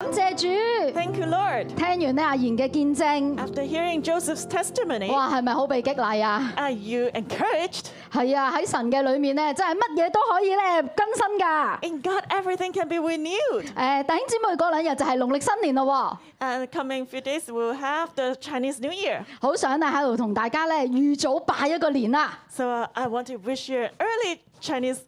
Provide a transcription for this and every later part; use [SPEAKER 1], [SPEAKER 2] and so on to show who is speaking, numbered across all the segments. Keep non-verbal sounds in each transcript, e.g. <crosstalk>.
[SPEAKER 1] 感謝主，
[SPEAKER 2] Thank you, Lord.
[SPEAKER 1] 聽完呢阿賢嘅見證，
[SPEAKER 2] After hearing Joseph's testimony,
[SPEAKER 1] 哇，係咪好被激勵啊？
[SPEAKER 2] are you encouraged?
[SPEAKER 1] 係啊，喺神嘅裏面咧，真係乜嘢都可以咧更新㗎。
[SPEAKER 2] In God, everything can be renewed.
[SPEAKER 1] 誒，弟兄姊妹嗰兩日就係農曆新年咯
[SPEAKER 2] And coming few days, we'll have the Chinese New Year.
[SPEAKER 1] 喎，好想啊咧喺度同大家咧預早拜一個年啦，
[SPEAKER 2] So uh, I want to wish you an early Chinese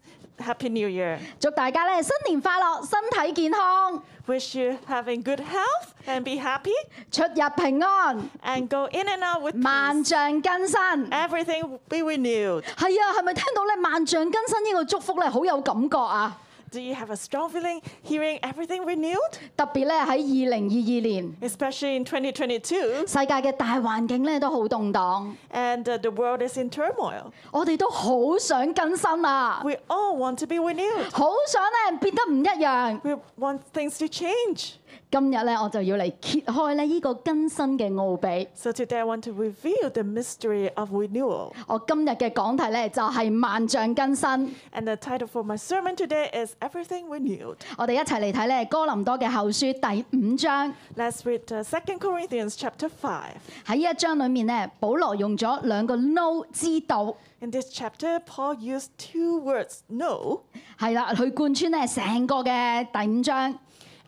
[SPEAKER 2] Happy New Year.
[SPEAKER 1] 祝大家咧新年快樂，身體健康，
[SPEAKER 2] Wish you having good health and be happy
[SPEAKER 1] 出入平安，
[SPEAKER 2] and go in and out with
[SPEAKER 1] 萬
[SPEAKER 2] peace.
[SPEAKER 1] 象更新。係
[SPEAKER 2] Everything will be renewed.
[SPEAKER 1] 啊，係咪聽到咧萬象更新呢個祝福咧好有感覺啊？
[SPEAKER 2] Do you have a strong feeling hearing everything renewed?
[SPEAKER 1] 特別咧喺二零二二年，
[SPEAKER 2] Especially in 2022,
[SPEAKER 1] 世界嘅大環境咧都好動盪，
[SPEAKER 2] and uh, the world is in turmoil.
[SPEAKER 1] 我哋都好想更新啊，
[SPEAKER 2] We all want to be renewed.
[SPEAKER 1] 好想咧變得唔一樣。
[SPEAKER 2] We want things to change.
[SPEAKER 1] 今日咧我就要嚟揭開咧呢個更新嘅奧秘。
[SPEAKER 2] So today I want to reveal the mystery of renewal.
[SPEAKER 1] 我今日嘅講題咧就係萬象更新，
[SPEAKER 2] And the title for my sermon today is Everything Renewed.
[SPEAKER 1] 我哋一齊嚟睇咧哥林多嘅後書第五章。
[SPEAKER 2] Let's read uh, 2 Corinthians chapter 5.
[SPEAKER 1] 喺呢一章裏面咧，保羅用咗兩個 no 之道，
[SPEAKER 2] In this chapter, Paul used two words, no,
[SPEAKER 1] 係啦，去貫穿咧成個嘅第五章。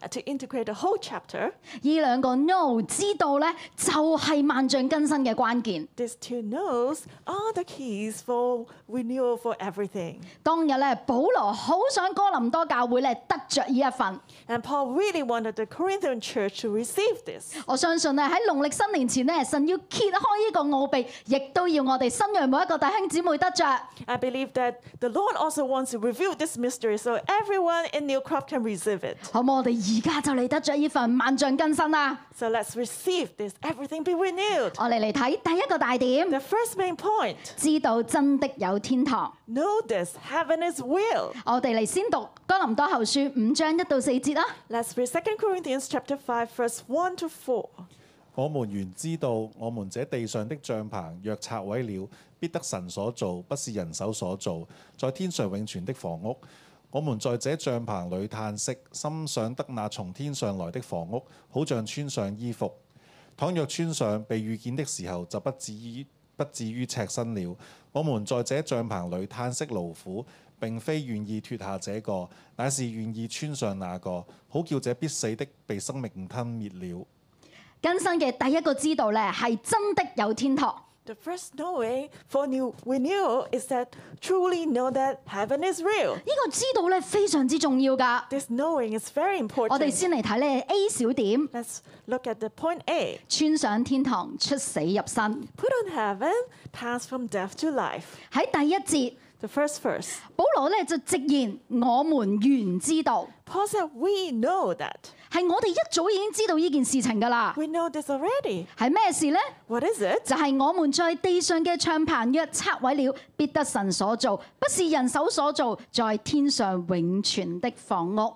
[SPEAKER 2] uh, to integrate the whole chapter.
[SPEAKER 1] 呢兩個 no 知道咧，就係萬象更新嘅關鍵。
[SPEAKER 2] These two no's are the keys for renewal for everything.
[SPEAKER 1] 當日咧，保羅好想哥林多教會咧得着呢一份。
[SPEAKER 2] And Paul really wanted the Corinthian church to receive this.
[SPEAKER 1] 我相信咧喺農曆新年前咧，神要揭開呢個奧秘，亦都要我哋新約每一個弟兄姊妹得着。
[SPEAKER 2] I believe that the Lord also wants to reveal this mystery so everyone in New Crop can receive it.
[SPEAKER 1] 好唔好？我哋而家就嚟得着呢份萬象更新啦！
[SPEAKER 2] So let's receive this. Everything be renewed.
[SPEAKER 1] 我哋嚟睇第一個大點，
[SPEAKER 2] The first main point
[SPEAKER 1] 知道真的有天堂。
[SPEAKER 2] know this heaven is will.
[SPEAKER 1] 我哋嚟先讀《哥林多後書》五章一到四節啦。
[SPEAKER 2] Let's read 2 Corinthians chapter 5, verse 1 to 4.
[SPEAKER 3] 我們原知道，我們這地上的帳棚若拆毀了，必得神所造，不是人手所造，在天上永存的房屋。我們在這帳棚裏嘆息，心想得那從天上來的房屋，好像穿上衣服。倘若穿上，被遇見的時候，就不至於不至於赤身了。我們在這帳棚裏嘆息勞苦，並非願意脱下這個，乃是願意穿上那個，好叫這必死的被生命吞滅了。
[SPEAKER 1] 更新嘅第一個知道咧，係真的有天堂。
[SPEAKER 2] The first knowing for new renewal is that truly know that heaven is real.
[SPEAKER 1] 呢個知道咧非常之重要㗎。
[SPEAKER 2] This knowing is very
[SPEAKER 1] 我哋
[SPEAKER 2] important.
[SPEAKER 1] 先嚟睇咧 A 小點，
[SPEAKER 2] Let's look at the point A.
[SPEAKER 1] 穿上天堂，出死入生。
[SPEAKER 2] Put on heaven, pass from death to life.
[SPEAKER 1] 喺第一節，
[SPEAKER 2] The first verse.
[SPEAKER 1] 保羅咧就直言：我們原知道，
[SPEAKER 2] Paul said, We know that.
[SPEAKER 1] 係我哋一早已經知道呢件事情㗎啦。
[SPEAKER 2] We know this already.
[SPEAKER 1] 係咩事呢？
[SPEAKER 2] What is it?
[SPEAKER 1] 就係我們在地上嘅唱棚若拆毀了，必得神所造，不是人手所造，在天上永存的房屋。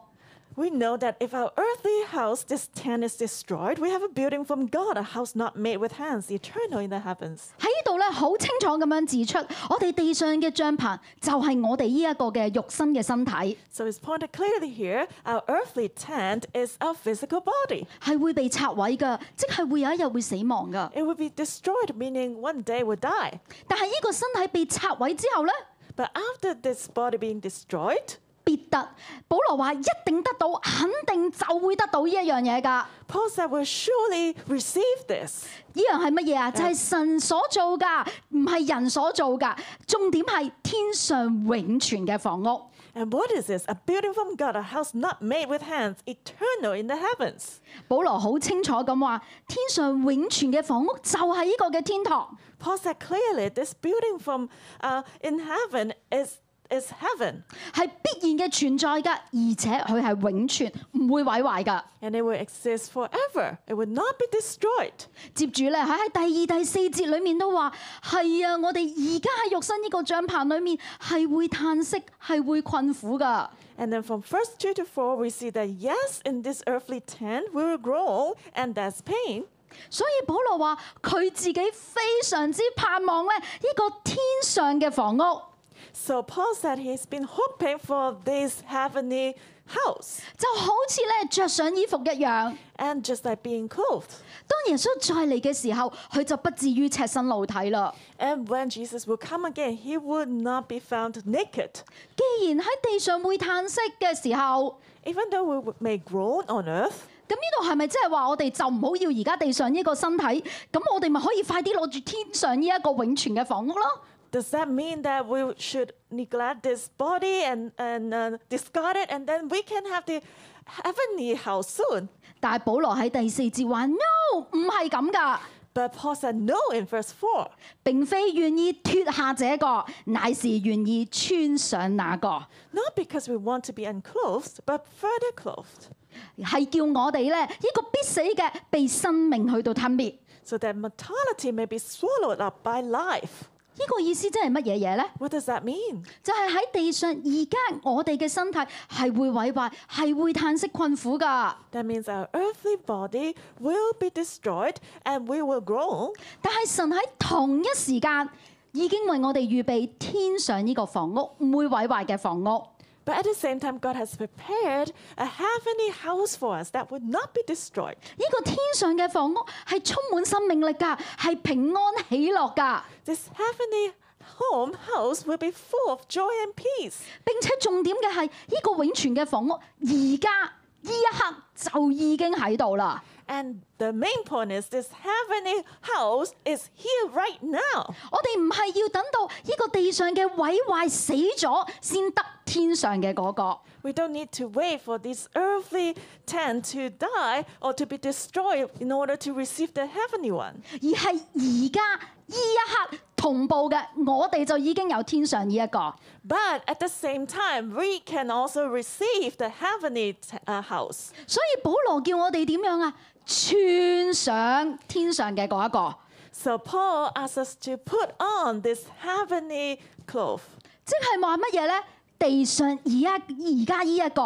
[SPEAKER 2] We know that if our earthly house, this tent, is destroyed, we have a building from God, a house not made with hands, eternal in the heavens.
[SPEAKER 1] 喺呢度咧，好清楚咁樣指出，我哋地上嘅帳棚就係我哋呢一個嘅肉身嘅身體，
[SPEAKER 2] So it's pointed clearly here our earthly tent is our physical body.
[SPEAKER 1] 係會被拆毀嘅，即係會有一日會死亡噶。
[SPEAKER 2] It will be destroyed, meaning one day we'll die.
[SPEAKER 1] 但係呢個身體被拆毀之後咧，
[SPEAKER 2] But after this body being destroyed,
[SPEAKER 1] 必得。保羅話一定得到，肯定就會得到呢一樣嘢㗎。
[SPEAKER 2] Paul said we'll surely receive this.
[SPEAKER 1] 呢樣係乜嘢啊？就係、神所做㗎，唔係人所做㗎。重點係天上永存嘅房屋。
[SPEAKER 2] And what is this? A building from God, a house not made with hands, eternal in the heavens.
[SPEAKER 1] 保羅好清楚咁話，天上永存嘅房屋就係呢個嘅天堂。
[SPEAKER 2] Paul said clearly this building from uh, in heaven is, is heaven.
[SPEAKER 1] 係必然嘅存在㗎，而且佢係永存，唔會毀壞㗎。
[SPEAKER 2] and it will exist forever. It will not be destroyed.
[SPEAKER 1] 接住咧，喺喺第二、第四節裡面都話係啊，我哋而家喺肉身呢個帳棚裡面係會嘆息，係會困苦㗎。
[SPEAKER 2] And then from verse 2 to 4, we see that yes, in this earthly tent, we will grow, and that's pain.
[SPEAKER 1] 所以保羅話佢自己非常之盼望咧呢個天上嘅房屋。
[SPEAKER 2] So Paul said he's been hoping for this heavenly house.
[SPEAKER 1] 就好似咧着上衣服一樣。
[SPEAKER 2] And just like being clothed.
[SPEAKER 1] 當耶穌再嚟嘅時候，佢就不至於赤身露體啦。
[SPEAKER 2] And when Jesus will come again, he would not be found naked.
[SPEAKER 1] 既然喺地上會嘆息嘅時候，
[SPEAKER 2] Even though we w- may groan on earth,
[SPEAKER 1] 咁呢度係咪即係話我哋就唔好要而家地上呢個身體？咁我哋咪可以快啲攞住天上呢一個永存嘅房屋咯？
[SPEAKER 2] does that mean that we should neglect this body and, and uh, discard it and then we can have the heavenly house soon?
[SPEAKER 1] 但係保羅喺第四節話：No，唔係咁噶。
[SPEAKER 2] But Paul said no in verse 4.
[SPEAKER 1] 並非願意脱下這個，乃是願意穿上那個，
[SPEAKER 2] Not because we want to be unclothed, but further clothed.
[SPEAKER 1] 係叫我哋咧呢個必死嘅被生命去到吞滅。呢、
[SPEAKER 2] so that mortality may be swallowed up by life.
[SPEAKER 1] 個意思即係乜嘢嘢呢？
[SPEAKER 2] What does that mean?
[SPEAKER 1] 就係、喺地上而家我哋嘅身體係會毀壞，係會嘆息困苦噶。
[SPEAKER 2] That means our earthly body will be destroyed and we will grow.
[SPEAKER 1] 但係神喺同一時間已經為我哋預備天上呢個房屋，唔會毀壞嘅房屋。
[SPEAKER 2] But at the same time, God has prepared a heavenly house for us that would not be destroyed.
[SPEAKER 1] 呢、個天上嘅房屋係充滿生命力㗎，係平安喜樂㗎。
[SPEAKER 2] This heavenly home house will be full of joy and peace.
[SPEAKER 1] 並且重點嘅係呢個永存嘅房屋，而家呢一刻就已經喺度啦。
[SPEAKER 2] And the main point is this heavenly house is here right now.
[SPEAKER 1] 我哋唔係要等到呢個地上嘅毀壞死咗先得天上嘅嗰、個。
[SPEAKER 2] We don't need to wait for this earthly tent to die or to be destroyed in order to receive the heavenly one.
[SPEAKER 1] 而係而家呢一刻同步嘅，我哋就已經有天上呢、一個。
[SPEAKER 2] But at the same time, we can also receive the heavenly t- uh, house.
[SPEAKER 1] 所以保羅叫我哋點樣啊？穿上天上嘅嗰一個，
[SPEAKER 2] So Paul asks us to put on this heavenly cloth.
[SPEAKER 1] 即係話乜嘢呢？地上而家而家呢一個，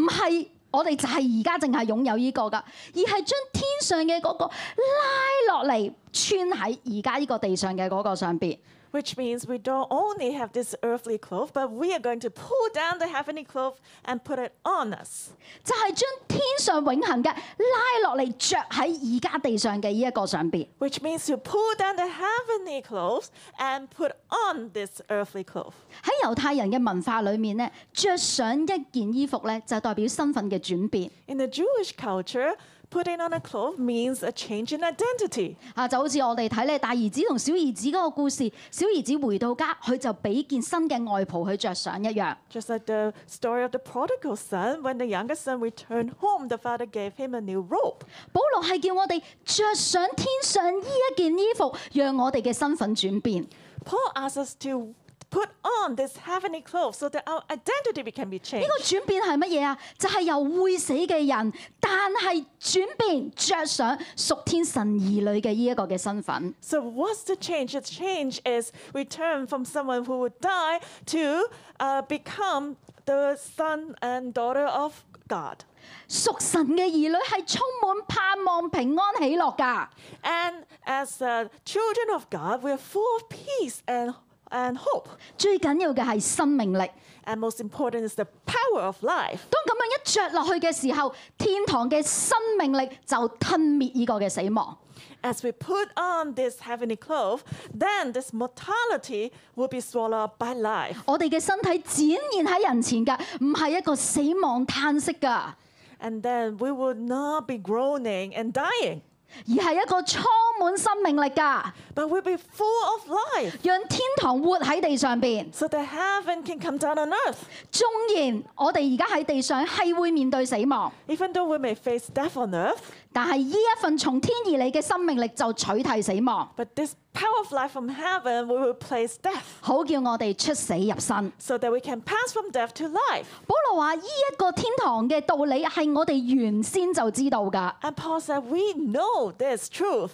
[SPEAKER 1] 唔係我哋就係而家淨係擁有呢個噶，而係將天上嘅嗰個拉落嚟穿喺而家呢個地上嘅嗰個上邊。
[SPEAKER 2] Which means we don't only have this earthly cloth, but we are going to pull down the heavenly cloth and put it on us.
[SPEAKER 1] 就係將天上永恆嘅拉落嚟着喺而家地上嘅呢一個上邊。
[SPEAKER 2] Which means to pull down the heavenly cloth and put on this earthly cloth.
[SPEAKER 1] 喺猶太人嘅文化裏面咧，着上一件衣服咧就代表身份嘅轉變
[SPEAKER 2] In the Jewish culture, putting on a cloth means a change in identity.
[SPEAKER 1] 啊！就好似我哋睇咧大兒子同小兒子嗰個故事，小兒子回到家佢就俾件新嘅外袍去着上一樣。
[SPEAKER 2] Just like the story of the prodigal son, when the younger son returned home, the father gave him a new robe.
[SPEAKER 1] 保羅係叫我哋着上天上呢一件衣服，讓我哋嘅身份轉變。呢
[SPEAKER 2] Paul asks us to put on this heavenly cloth so that our identity can be changed.
[SPEAKER 1] 個轉變係乜嘢啊？就係、由會死嘅人，但係轉變着上屬天神兒女嘅呢一個嘅身份。
[SPEAKER 2] So, what's the change? The change is we turn from someone who would die to uh, become the son and daughter of God.
[SPEAKER 1] 屬神嘅兒女係充滿盼望、平安、喜樂㗎。
[SPEAKER 2] And as uh, children of God, we are full of peace and, and hope.
[SPEAKER 1] 最緊要嘅係生命力。
[SPEAKER 2] And most important is the power of life.
[SPEAKER 1] 當咁樣一着落去嘅時候，天堂嘅生命力就吞滅呢個嘅死亡。
[SPEAKER 2] As we put on this heavenly cloth, then this mortality will be swallowed up by life.
[SPEAKER 1] 我哋嘅身體展現喺人前㗎，唔係一個死亡嘆息㗎，而
[SPEAKER 2] And then we will not be groaning and dying,
[SPEAKER 1] 係一個充滿生命力㗎，
[SPEAKER 2] but we'll be full of life.
[SPEAKER 1] 讓天堂活喺地上邊。
[SPEAKER 2] So that heaven can come down on earth.
[SPEAKER 1] 縱然我哋而家喺地上係會面對死亡，
[SPEAKER 2] Even though we may face death on earth,
[SPEAKER 1] 但係呢一份從天而嚟嘅生命力就取替死亡。
[SPEAKER 2] but this power of life from heaven will replace death
[SPEAKER 1] 好叫我哋出死入生。
[SPEAKER 2] so that we can pass from death to life.
[SPEAKER 1] 保羅話：呢一個天堂嘅道理係我哋原先就知道噶。
[SPEAKER 2] And Paul said, We know this truth.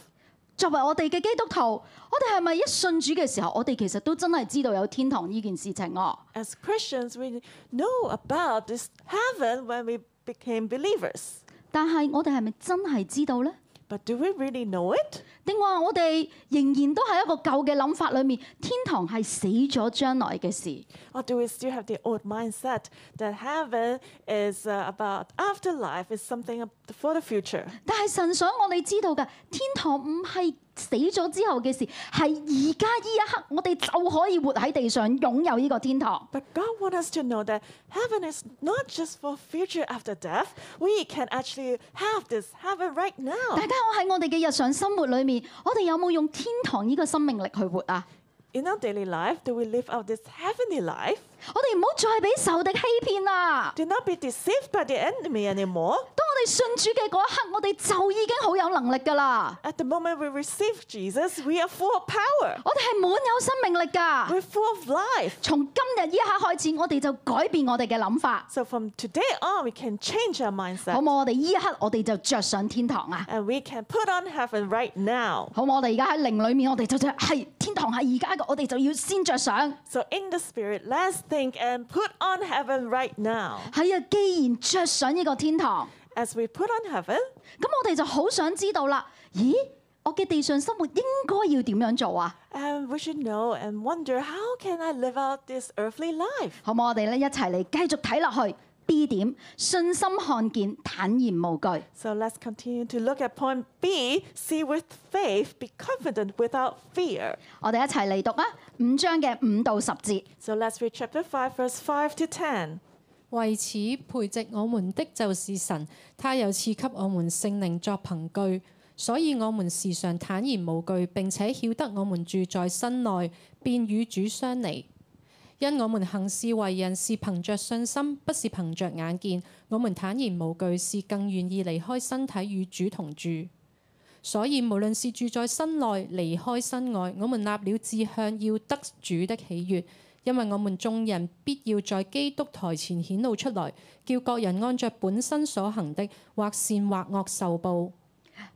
[SPEAKER 1] 作為我哋嘅基督徒，我哋係咪一信主嘅時候，我哋其實都真係知道有天堂呢件事情哦、
[SPEAKER 2] As Christians, we know about this heaven when we became believers.
[SPEAKER 1] 但係我哋係咪真係知道呢？
[SPEAKER 2] But do we really know it?
[SPEAKER 1] 定話我哋仍然都喺一個舊嘅諗法裏面，天堂係死咗將來嘅事。
[SPEAKER 2] Or do we still have the old mindset that heaven is uh, about afterlife, is something ab- for the future?
[SPEAKER 1] 但係神想我哋知道嘅，天堂唔係死咗之後嘅事，係而家呢一刻我哋就可以活喺地上，擁有呢個天堂。
[SPEAKER 2] But God wants us to know that heaven is not just for future after death. We can actually have this heaven right
[SPEAKER 1] 大
[SPEAKER 2] now.
[SPEAKER 1] 家我喺我哋嘅日常生活裏面，我哋有冇用天堂呢個生命力去活啊？
[SPEAKER 2] In our daily life, do we live out this heavenly life?
[SPEAKER 1] 我哋唔好再俾仇敵欺騙啦！
[SPEAKER 2] Do not be deceived by the enemy anymore.
[SPEAKER 1] 當我哋信主嘅嗰一刻，我哋就已經好有能力㗎啦！
[SPEAKER 2] At the moment we receive Jesus, we are full of power.
[SPEAKER 1] 我哋係滿有生命力㗎。
[SPEAKER 2] We're full of life.
[SPEAKER 1] 從今日呢一刻開始，我哋就改變我哋嘅諗法，
[SPEAKER 2] So from today on, we can change
[SPEAKER 1] 好
[SPEAKER 2] our mindset
[SPEAKER 1] 冇？我哋呢一刻，我哋就着上天堂啊！
[SPEAKER 2] and we can put on heaven right now.
[SPEAKER 1] 好冇？我哋而家喺靈裏面，我哋就着係天堂啊係而家嘅，我哋就要先着上。
[SPEAKER 2] So in the spirit, let's think and put on heaven right now.
[SPEAKER 1] 係啊，既然着上呢個天堂，
[SPEAKER 2] As we put on heaven,
[SPEAKER 1] 咁我哋就好想知道啦。咦，我嘅地上生活應該要點樣做啊？
[SPEAKER 2] and um, we should know and wonder how can I live out this earthly life?
[SPEAKER 1] 好冇？我哋咧一齊嚟繼續睇落去。B 點，信心看見，坦然無懼。
[SPEAKER 2] So let's continue to look at point B, see with faith, be confident without fear.
[SPEAKER 1] 我哋一齊嚟讀啊，五章嘅五到十節。
[SPEAKER 2] So let's read chapter 5 verse 5 to 10.
[SPEAKER 4] 為此培植我們的就是神，他又賜給我們聖靈作憑據，所以我們時常坦然無懼，並且曉得我們住在身內，便與主相離。因我們行事為人是憑着信心，不是憑着眼見。我們坦然無懼，是更願意離開身體與主同住。所以無論是住在身內，離開身外，我們立了志向，要得主的喜悅。因為我們眾人必要在基督台前顯露出來，叫各人按着本身所行的，或善或惡受報。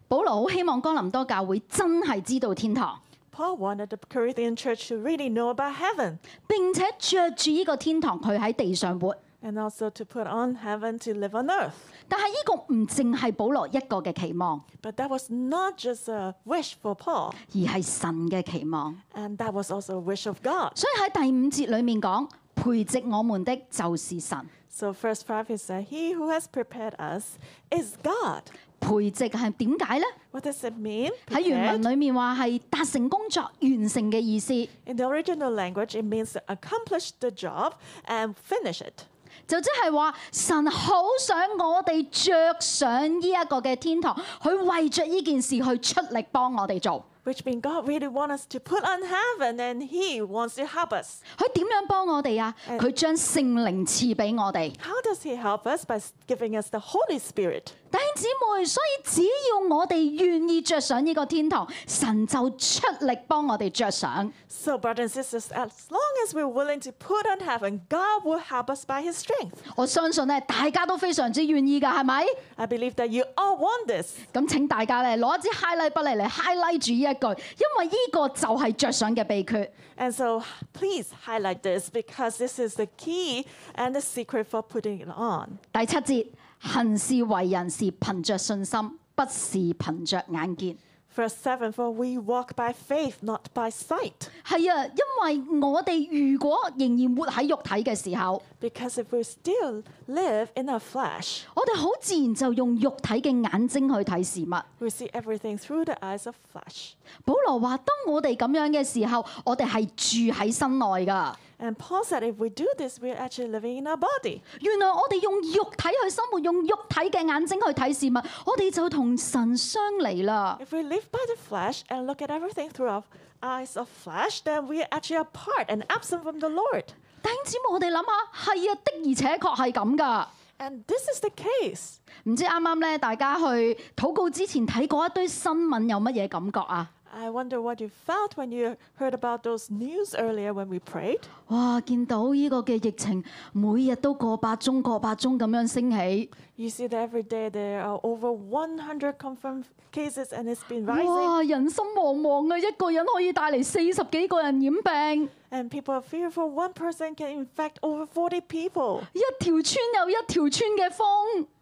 [SPEAKER 1] 保羅好希望哥林多教會真係知道天堂，
[SPEAKER 2] Paul wanted the Corinthian church to really know about heaven
[SPEAKER 1] 並且着住呢個天堂，佢喺地上活。
[SPEAKER 2] and also to put on heaven to live on earth.
[SPEAKER 1] 但係呢個唔淨係保羅一個嘅期望，
[SPEAKER 2] But that was not just a wish for Paul,
[SPEAKER 1] 而係神嘅期望。
[SPEAKER 2] and that was also a wish of God.
[SPEAKER 1] 所以喺第五節裡面講，培植我們的就是神。
[SPEAKER 2] So verse 5 is that he who has prepared us is God.
[SPEAKER 1] 培植係點解呢？
[SPEAKER 2] What does it mean?
[SPEAKER 1] 喺原
[SPEAKER 2] Prepared?
[SPEAKER 1] 文裡面話係達成工作完成嘅意思，
[SPEAKER 2] In the original language, it means to accomplish the job and finish it.
[SPEAKER 1] 就即係話神好想我哋着上呢一個嘅天堂，佢為着呢件事去出力幫我哋做。
[SPEAKER 2] Which means God really wants us to put on heaven and he wants to help us.
[SPEAKER 1] 佢點樣幫我哋啊？
[SPEAKER 2] 誒
[SPEAKER 1] 佢將聖靈賜俾我哋，弟
[SPEAKER 2] How does he help us? By s- giving us the Holy Spirit.
[SPEAKER 1] 兄姊妹。所以只要我哋願意着上呢個天堂，神就出力幫我哋着上。
[SPEAKER 2] So, brothers and sisters, as long as we're willing to put on heaven, God will help us by His strength.
[SPEAKER 1] 我相信咧，大家都非常之願意㗎，係咪？
[SPEAKER 2] I believe that you all want this.
[SPEAKER 1] 咁請大家咧攞一支 highlight 筆嚟嚟 highlight 住呢一句，因為呢個就係着上嘅秘訣。
[SPEAKER 2] And so, please highlight this because this is the key and the secret for putting it on.
[SPEAKER 1] 第七節，行事為人是憑着信心，不是憑着眼見。
[SPEAKER 2] Verse 7 For we walk by faith, not by sight.
[SPEAKER 1] 係啊，因為我哋如果仍然活喺肉體嘅時候，
[SPEAKER 2] Because if we still live in our flesh,
[SPEAKER 1] 我哋好自然就用肉體嘅眼睛去睇事物。
[SPEAKER 2] we see everything through the eyes of flesh.
[SPEAKER 1] 保羅話：當我哋咁樣嘅時候，我哋係住喺身內㗎。
[SPEAKER 2] And Paul said, if we do this, we're actually living in our body.
[SPEAKER 1] 原來我哋用肉體去生活，用肉體嘅眼睛去睇事物，我哋就同神相離啦。
[SPEAKER 2] If we live by the flesh and look at everything through our eyes of flesh, then we are actually apart and absent from the Lord.
[SPEAKER 1] 弟兄姊妹，我哋諗下，係啊，的而且確係咁㗎。
[SPEAKER 2] And this is the case.
[SPEAKER 1] 唔知啱啱咧，大家去禱告之前睇過一堆新聞，有乜嘢感覺啊？
[SPEAKER 2] I wonder what you felt when you heard about those news earlier when we prayed.
[SPEAKER 1] 哇！見到呢個嘅疫情，每日都過百宗、過百宗咁樣升起。
[SPEAKER 2] You see that every day there are over 100 confirmed cases and it's been rising.
[SPEAKER 1] 哇！人心惶惶啊，一個人可以帶嚟四十幾個人染病，
[SPEAKER 2] And people are fearful one person can infect over 40 people.
[SPEAKER 1] 一條村有一條村嘅風。啊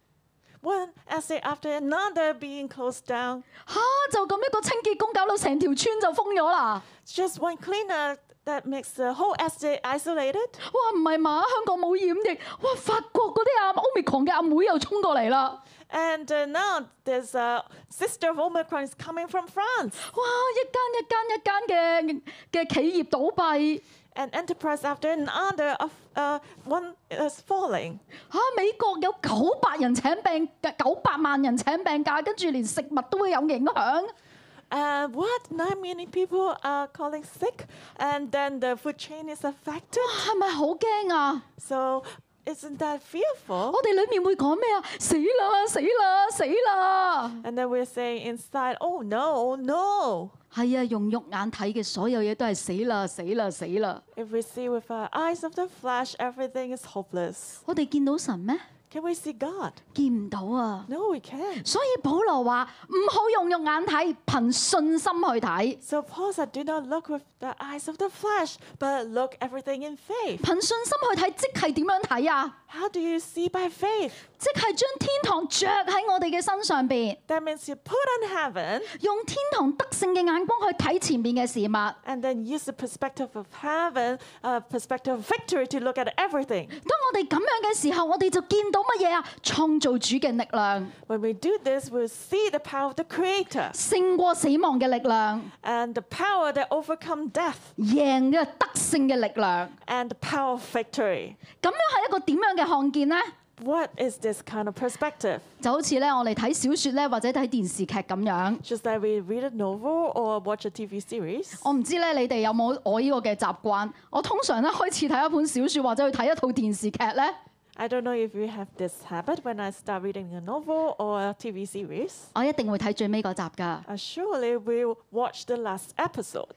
[SPEAKER 2] one estate after another being closed down.
[SPEAKER 1] 嚇、就咁一個清潔工搞到成條村就封咗啦！
[SPEAKER 2] It's just one cleaner that makes the whole estate isolated.
[SPEAKER 1] 哇，唔係嘛？香港冇染疫，哇！法國嗰啲阿 Omicron 嘅阿妹又衝過嚟啦！
[SPEAKER 2] And uh, now there's a sister of Omicron is coming from France.
[SPEAKER 1] 哇！一間一間一間嘅嘅企業倒閉，
[SPEAKER 2] An enterprise after another of uh, one is falling.
[SPEAKER 1] 嚇、啊美國有九百人請病，九百萬人請病假，跟住連食物都會有影響。
[SPEAKER 2] Uh, what? Nine million people are calling sick, and then the food chain is affected.
[SPEAKER 1] 係咪好驚啊？
[SPEAKER 2] So isn't that fearful?
[SPEAKER 1] 我哋裏面會講咩啊？死啦！死啦！死啦！
[SPEAKER 2] And then we're saying inside, oh no, oh no.
[SPEAKER 1] 係啊，用肉眼睇嘅所有嘢都係死啦！死啦！死啦！
[SPEAKER 2] If we see with our eyes of the flesh, everything is hopeless.
[SPEAKER 1] 我哋見到神咩？
[SPEAKER 2] Can we see God?
[SPEAKER 1] 見唔到啊！
[SPEAKER 2] No, we can't.
[SPEAKER 1] 所以保羅話唔好用肉眼睇，憑信心去睇。
[SPEAKER 2] So Paul said, do not look with the eyes of the flesh, but look everything in faith.
[SPEAKER 1] 憑信心去睇，即係點樣睇啊？
[SPEAKER 2] How do you see by faith?
[SPEAKER 1] 即係將天堂着喺我哋嘅身上邊，
[SPEAKER 2] That means you put on heaven
[SPEAKER 1] 用天堂得勝嘅眼光去睇前面嘅事物。
[SPEAKER 2] and then use the perspective of heaven, uh, perspective of victory to look at everything.
[SPEAKER 1] 當我哋咁樣嘅時候，我哋就見到乜嘢啊？創造主嘅力量，
[SPEAKER 2] When we do this, we'll see the power of the Creator
[SPEAKER 1] 勝過死亡嘅力量，
[SPEAKER 2] and the power that overcome death
[SPEAKER 1] 贏嘅得勝嘅力量。
[SPEAKER 2] and the power of victory.
[SPEAKER 1] 咁樣係一個點樣嘅看見呢？
[SPEAKER 2] What is this kind of perspective?
[SPEAKER 1] 就好似咧，我哋睇小說咧，或者睇電視劇咁樣。
[SPEAKER 2] Just like we read a novel or watch a TV series.
[SPEAKER 1] 我唔知咧，你哋有冇我呢個嘅習慣？我通常咧開始睇一本小說或者去睇一套電視劇咧，
[SPEAKER 2] I don't know if you have this habit when I start reading a novel or a TV series.
[SPEAKER 1] 我一定會睇最尾嗰集㗎。啊
[SPEAKER 2] I Uh, surely will watch the last episode.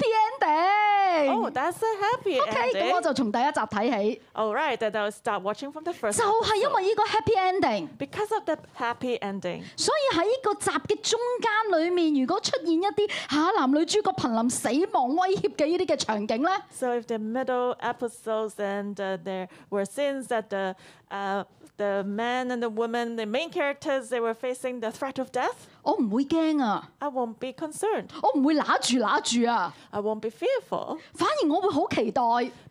[SPEAKER 1] ，Happy
[SPEAKER 2] Oh,
[SPEAKER 1] Ending！OK，
[SPEAKER 2] that's a happy ending.
[SPEAKER 1] 咁我就從第一集睇起，
[SPEAKER 2] All right, then I'll start watching from the first.
[SPEAKER 1] 就係因
[SPEAKER 2] episode.
[SPEAKER 1] 為呢個 Happy Ending，
[SPEAKER 2] because of the happy ending.
[SPEAKER 1] 所以喺呢個集嘅中間裡面，如果出現一啲嚇男女主角瀕臨死亡威脅嘅呢啲嘅場景咧，
[SPEAKER 2] So if the middle episodes and uh, there were scenes that the uh, the man and the woman, the main characters, they were facing the threat of death,
[SPEAKER 1] 我唔會驚啊，
[SPEAKER 2] I won't be concerned.
[SPEAKER 1] 我唔會揦住揦住啊，
[SPEAKER 2] I won't be fearful,
[SPEAKER 1] 反而我會好期待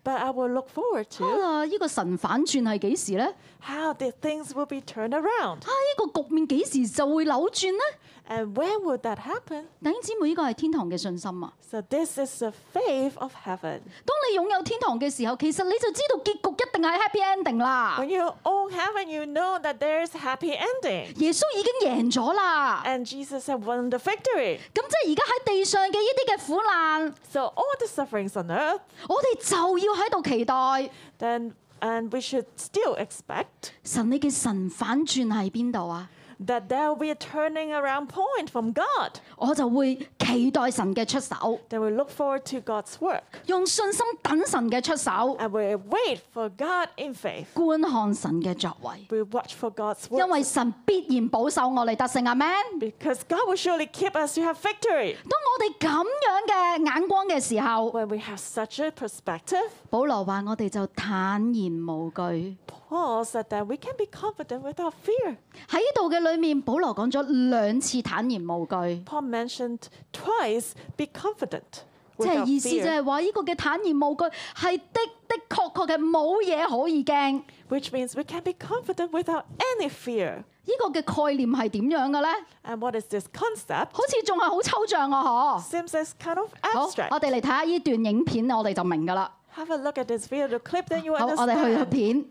[SPEAKER 2] but I will look forward to
[SPEAKER 1] 啊！呢、個神反轉係幾時咧？
[SPEAKER 2] how the things will be turned around
[SPEAKER 1] 啊！呢、個局面幾時就會扭轉呢？
[SPEAKER 2] and when will that happen.
[SPEAKER 1] 弟兄姊妹，呢個係天堂嘅信心啊！
[SPEAKER 2] So this is the faith of heaven.
[SPEAKER 1] 當你擁有天堂嘅時候，其實你就知道結局一定係 happy ending 啦。
[SPEAKER 2] When you own heaven, you know that there is happy ending.
[SPEAKER 1] 耶穌已經贏咗啦，
[SPEAKER 2] And Jesus had won the victory.
[SPEAKER 1] 咁即係而家喺地上嘅呢啲嘅苦難，
[SPEAKER 2] So all the sufferings on earth
[SPEAKER 1] 我哋就要喺度期待
[SPEAKER 2] then and we should still expect
[SPEAKER 1] 神你嘅神反轉喺邊度啊？
[SPEAKER 2] that there will be a turning around point from God.
[SPEAKER 1] 我就會期待神嘅出手，
[SPEAKER 2] Then we look forward to God's work
[SPEAKER 1] 用信心等神嘅出手，
[SPEAKER 2] and we wait for God in faith.
[SPEAKER 1] 觀看神嘅作為，
[SPEAKER 2] We watch for God's
[SPEAKER 1] 因
[SPEAKER 2] work
[SPEAKER 1] 為神必然保守我哋得勝。阿 Man，
[SPEAKER 2] because God will surely keep us to have victory.
[SPEAKER 1] 當我哋咁樣嘅眼光嘅時候，
[SPEAKER 2] When we have such a perspective,
[SPEAKER 1] 保羅話：我哋就坦然無懼。
[SPEAKER 2] Paul said that we can be confident without fear.
[SPEAKER 1] 喺呢度嘅裏面，保羅講咗兩次坦然無懼，
[SPEAKER 2] Paul mentioned twice be confident
[SPEAKER 1] 即係
[SPEAKER 2] without
[SPEAKER 1] 意思就
[SPEAKER 2] fear,
[SPEAKER 1] 係話呢個嘅坦然無懼係的的確確嘅冇嘢可以驚。
[SPEAKER 2] which means we can be confident without any fear.
[SPEAKER 1] 呢、個嘅概念係點樣嘅咧？
[SPEAKER 2] And what is this concept?
[SPEAKER 1] 好似仲係好抽象啊！嗬。
[SPEAKER 2] Seems as kind of
[SPEAKER 1] 好，
[SPEAKER 2] abstract.
[SPEAKER 1] 我哋嚟睇下呢段影片，我哋就明㗎啦。
[SPEAKER 2] Have a look at this video clip, then you
[SPEAKER 1] 好，我哋去
[SPEAKER 2] understand.
[SPEAKER 1] 片。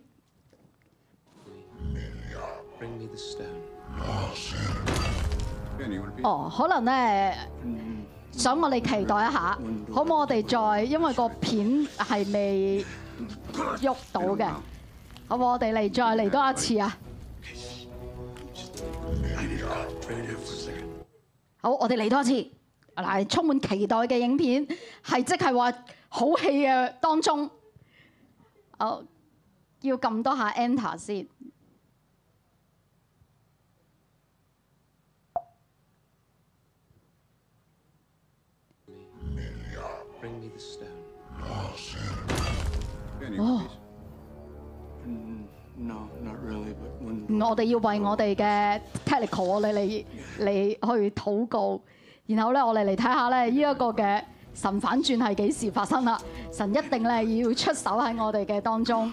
[SPEAKER 5] Bring me the stone.
[SPEAKER 6] Ben, you want to be?
[SPEAKER 1] 哦，可能咧，想我哋期待一下，好唔好？我哋再，因為個片係未喐到嘅，好唔好？我哋嚟再嚟多一次啊！
[SPEAKER 6] I need a radio for a second.
[SPEAKER 1] 好，我哋嚟多一次，嗱，充滿期待嘅影片，係即係話好戲嘅當中，好，要撳多下 Enter 先。
[SPEAKER 5] Bring me the stone.
[SPEAKER 6] Ben, you want a
[SPEAKER 1] Oh.
[SPEAKER 6] piece?
[SPEAKER 5] No, not really, but when.
[SPEAKER 1] 我哋要為我哋嘅 technical 我哋嚟嚟去禱告，然後咧我哋嚟睇下咧呢一個嘅神反轉係幾時發生啦？神一定咧要出手喺我哋嘅當中。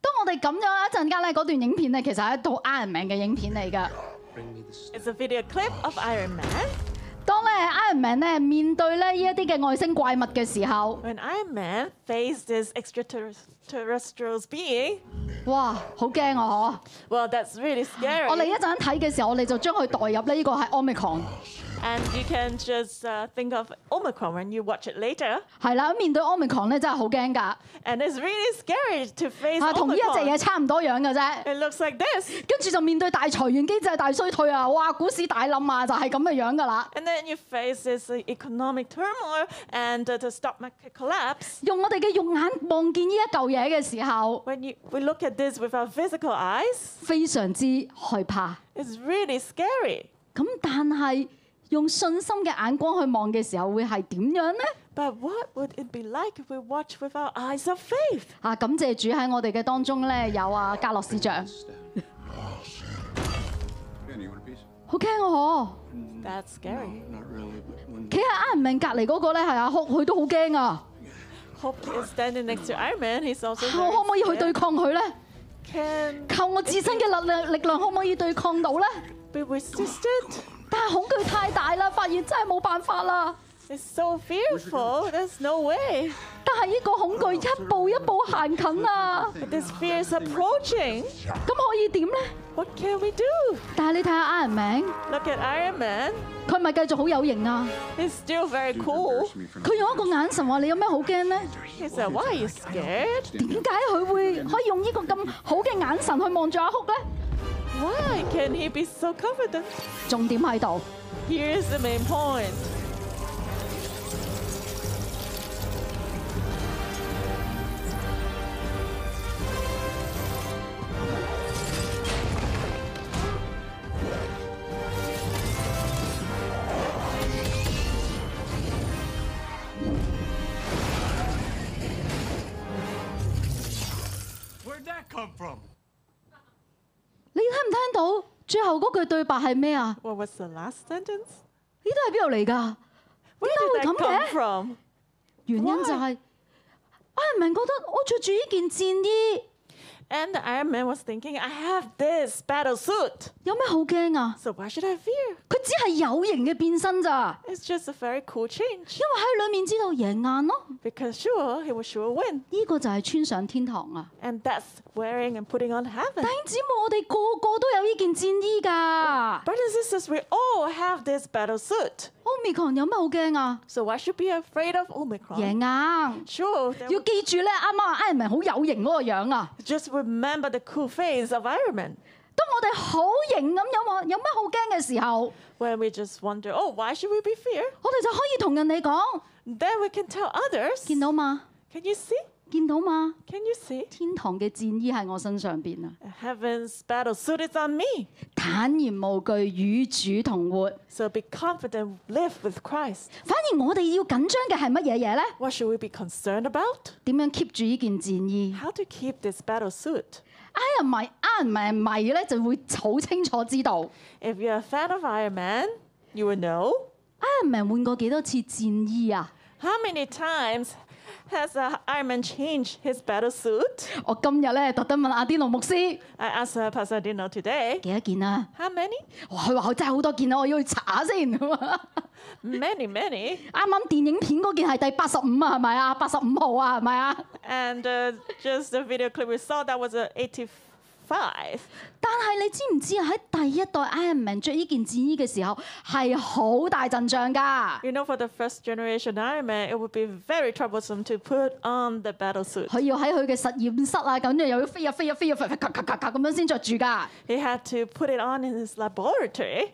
[SPEAKER 1] 當我哋咁樣一陣間咧，嗰段影片咧其實係一套 Iron Man 嘅影片嚟㗎。
[SPEAKER 5] Bring me the stone.
[SPEAKER 2] It's a video clip of Iron Man.
[SPEAKER 1] 當咧 Iron Man 咧面對咧呢一啲嘅外星怪物嘅時候，
[SPEAKER 2] When Iron Man faced this extraterrestrial being,
[SPEAKER 1] 哇，好驚啊！
[SPEAKER 2] well, that's really
[SPEAKER 1] 嗬，我哋
[SPEAKER 2] scary.
[SPEAKER 1] 一陣睇嘅時候，我哋就將佢代入咧呢個係 Omicron，
[SPEAKER 2] And you can just uh, think of Omicron when you watch it later.
[SPEAKER 1] 係啦，面對 Omicron 咧真係好驚㗎，
[SPEAKER 2] And it's really scary to face
[SPEAKER 1] 啊，同呢一隻
[SPEAKER 2] Omicron.
[SPEAKER 1] 嘢差唔多樣嘅啫。
[SPEAKER 2] It looks like this.
[SPEAKER 1] 跟住就面對大裁員機制大衰退啊，哇，股市大冧啊，就係咁嘅樣㗎啦。
[SPEAKER 2] And then you face this uh, economic turmoil and uh, the stock market collapse.
[SPEAKER 1] 用我哋嘅肉眼望見呢一嚿嘢嘅時候，
[SPEAKER 2] When you, we look at this with our physical eyes,
[SPEAKER 1] 非常之害怕。
[SPEAKER 2] it's really scary.
[SPEAKER 1] 咁但係用信心嘅眼光去望嘅時候，會係點樣呢？
[SPEAKER 2] But what would it be like if we watch with our eyes of faith?
[SPEAKER 1] 啊，感謝主喺我哋嘅當中咧，有啊格洛市長，
[SPEAKER 5] Stone.
[SPEAKER 6] Danny, you want a piece?
[SPEAKER 1] 好驚我。
[SPEAKER 2] That's scary.
[SPEAKER 6] Not really, but when
[SPEAKER 1] 企喺 Iron Man 隔離嗰個咧係阿哭，佢都好驚啊！
[SPEAKER 2] Hope is standing next to Iron Man. He's also.
[SPEAKER 1] 我
[SPEAKER 2] very
[SPEAKER 1] 可唔可以去
[SPEAKER 2] scared.
[SPEAKER 1] 對抗佢咧？
[SPEAKER 2] Can
[SPEAKER 1] 靠我自身嘅力量，力量可唔可以對抗到咧？
[SPEAKER 2] be resisted.
[SPEAKER 1] 但係恐懼太大啦，發現真係冇辦法啦。
[SPEAKER 2] It's so fearful. There's no way.
[SPEAKER 1] 但係呢個恐懼一步一步行近啊，
[SPEAKER 2] This fear is approaching.
[SPEAKER 1] 咁可以點咧？
[SPEAKER 2] What can we do?
[SPEAKER 1] 但係你睇下 Iron Man，
[SPEAKER 2] Look at Iron Man.
[SPEAKER 1] 佢咪繼續好有型啊！
[SPEAKER 2] He's still very cool.
[SPEAKER 6] embarrass me for
[SPEAKER 1] 佢用一個眼神話你有咩好驚咧？
[SPEAKER 2] He said, "Why are you scared?
[SPEAKER 1] 點解佢會可以用呢個咁好嘅眼神去望住阿哭咧？
[SPEAKER 2] Why can he be so confident?"
[SPEAKER 1] 重點喺度。
[SPEAKER 2] Here's the main point.
[SPEAKER 1] 你聽唔聽到最後嗰句對白係咩啊？
[SPEAKER 2] What was the last sentence?
[SPEAKER 1] 呢啲係邊度嚟㗎？Biết
[SPEAKER 2] Where did
[SPEAKER 1] đâu
[SPEAKER 2] that
[SPEAKER 1] thấm
[SPEAKER 2] come
[SPEAKER 1] thế.
[SPEAKER 2] from?
[SPEAKER 1] 原因就係、Iron Man 覺得我着住呢件戰衣
[SPEAKER 2] And the Iron Man was thinking, "I have this battle suit,
[SPEAKER 1] 有咩好驚啊？
[SPEAKER 2] so why should I fear?"
[SPEAKER 1] 佢只係有型嘅變身咋，
[SPEAKER 2] It's just a very cool change.
[SPEAKER 1] 因為喺裡面知道贏硬咯。
[SPEAKER 2] Because sure, he will sure win.
[SPEAKER 1] 呢、個就係穿上天堂啊！
[SPEAKER 2] And that's wearing and putting on heaven.
[SPEAKER 1] 弟兄姊妹，我哋個個都有呢件戰衣㗎。
[SPEAKER 2] Brothers and sisters, we all have this battle suit.
[SPEAKER 1] Omicron 有咩好驚啊？
[SPEAKER 2] So why should be afraid of Omicron?
[SPEAKER 1] 贏硬！
[SPEAKER 2] Sure, there-
[SPEAKER 1] 要記住咧，啱啱阿 Iron Man 好有型嗰個樣啊！
[SPEAKER 2] just remember the cool face of Iron Man.
[SPEAKER 1] 當我哋好型咁有冇有咩好驚嘅時候，我
[SPEAKER 2] When we just wonder, oh, why should we be fear?
[SPEAKER 1] 哋就可以同人哋講：
[SPEAKER 2] Then we can tell others.
[SPEAKER 1] 見到嘛，
[SPEAKER 2] Can you see?
[SPEAKER 1] 見到嘛，
[SPEAKER 2] Can you see?
[SPEAKER 1] 天堂嘅戰衣喺我身上邊啊！
[SPEAKER 2] Heaven's battle suit is on me.
[SPEAKER 1] 坦然無懼，與主同活。
[SPEAKER 2] So be confident, live with Christ.
[SPEAKER 1] 反而我哋要緊張嘅係乜嘢嘢呢？
[SPEAKER 2] What should we be concerned about?
[SPEAKER 1] 點樣 keep 住呢件戰衣
[SPEAKER 2] How to keep this battle suit?
[SPEAKER 1] ？Iron 迷 Iron 迷迷咧就會好清楚知道
[SPEAKER 2] If you're a fan of Iron Man, you will know
[SPEAKER 1] Iron Man 換過幾多次戰衣啊！
[SPEAKER 2] How many times has uh, Iron Man changed his battle suit?
[SPEAKER 1] 我今日咧特登問阿啲奴牧師
[SPEAKER 2] I asked uh, Pastor Dino today.
[SPEAKER 1] 幾多件啊？
[SPEAKER 2] How many?
[SPEAKER 1] 哇佢話佢真係好多件啊，我要去查下先。 <laughs> 咁啊
[SPEAKER 2] Many, many.
[SPEAKER 1] 啱啱電影片嗰件係第八十五啊，係咪啊？八十五號啊，係咪啊？
[SPEAKER 2] And uh, just the video clip we saw, that was uh, 85.
[SPEAKER 1] 但係你知唔知啊？喺第一代 Iron Man 着呢件戰衣嘅時候係好大陣仗㗎。
[SPEAKER 2] You know, for the first generation Iron Man, it would be very troublesome to put on the battle suit.
[SPEAKER 1] 佢要喺佢嘅實驗室啊，咁樣又要飛啊飛啊飛啊，飛咔咔咔咔咁樣先着住㗎。
[SPEAKER 2] He had to put it on in his laboratory.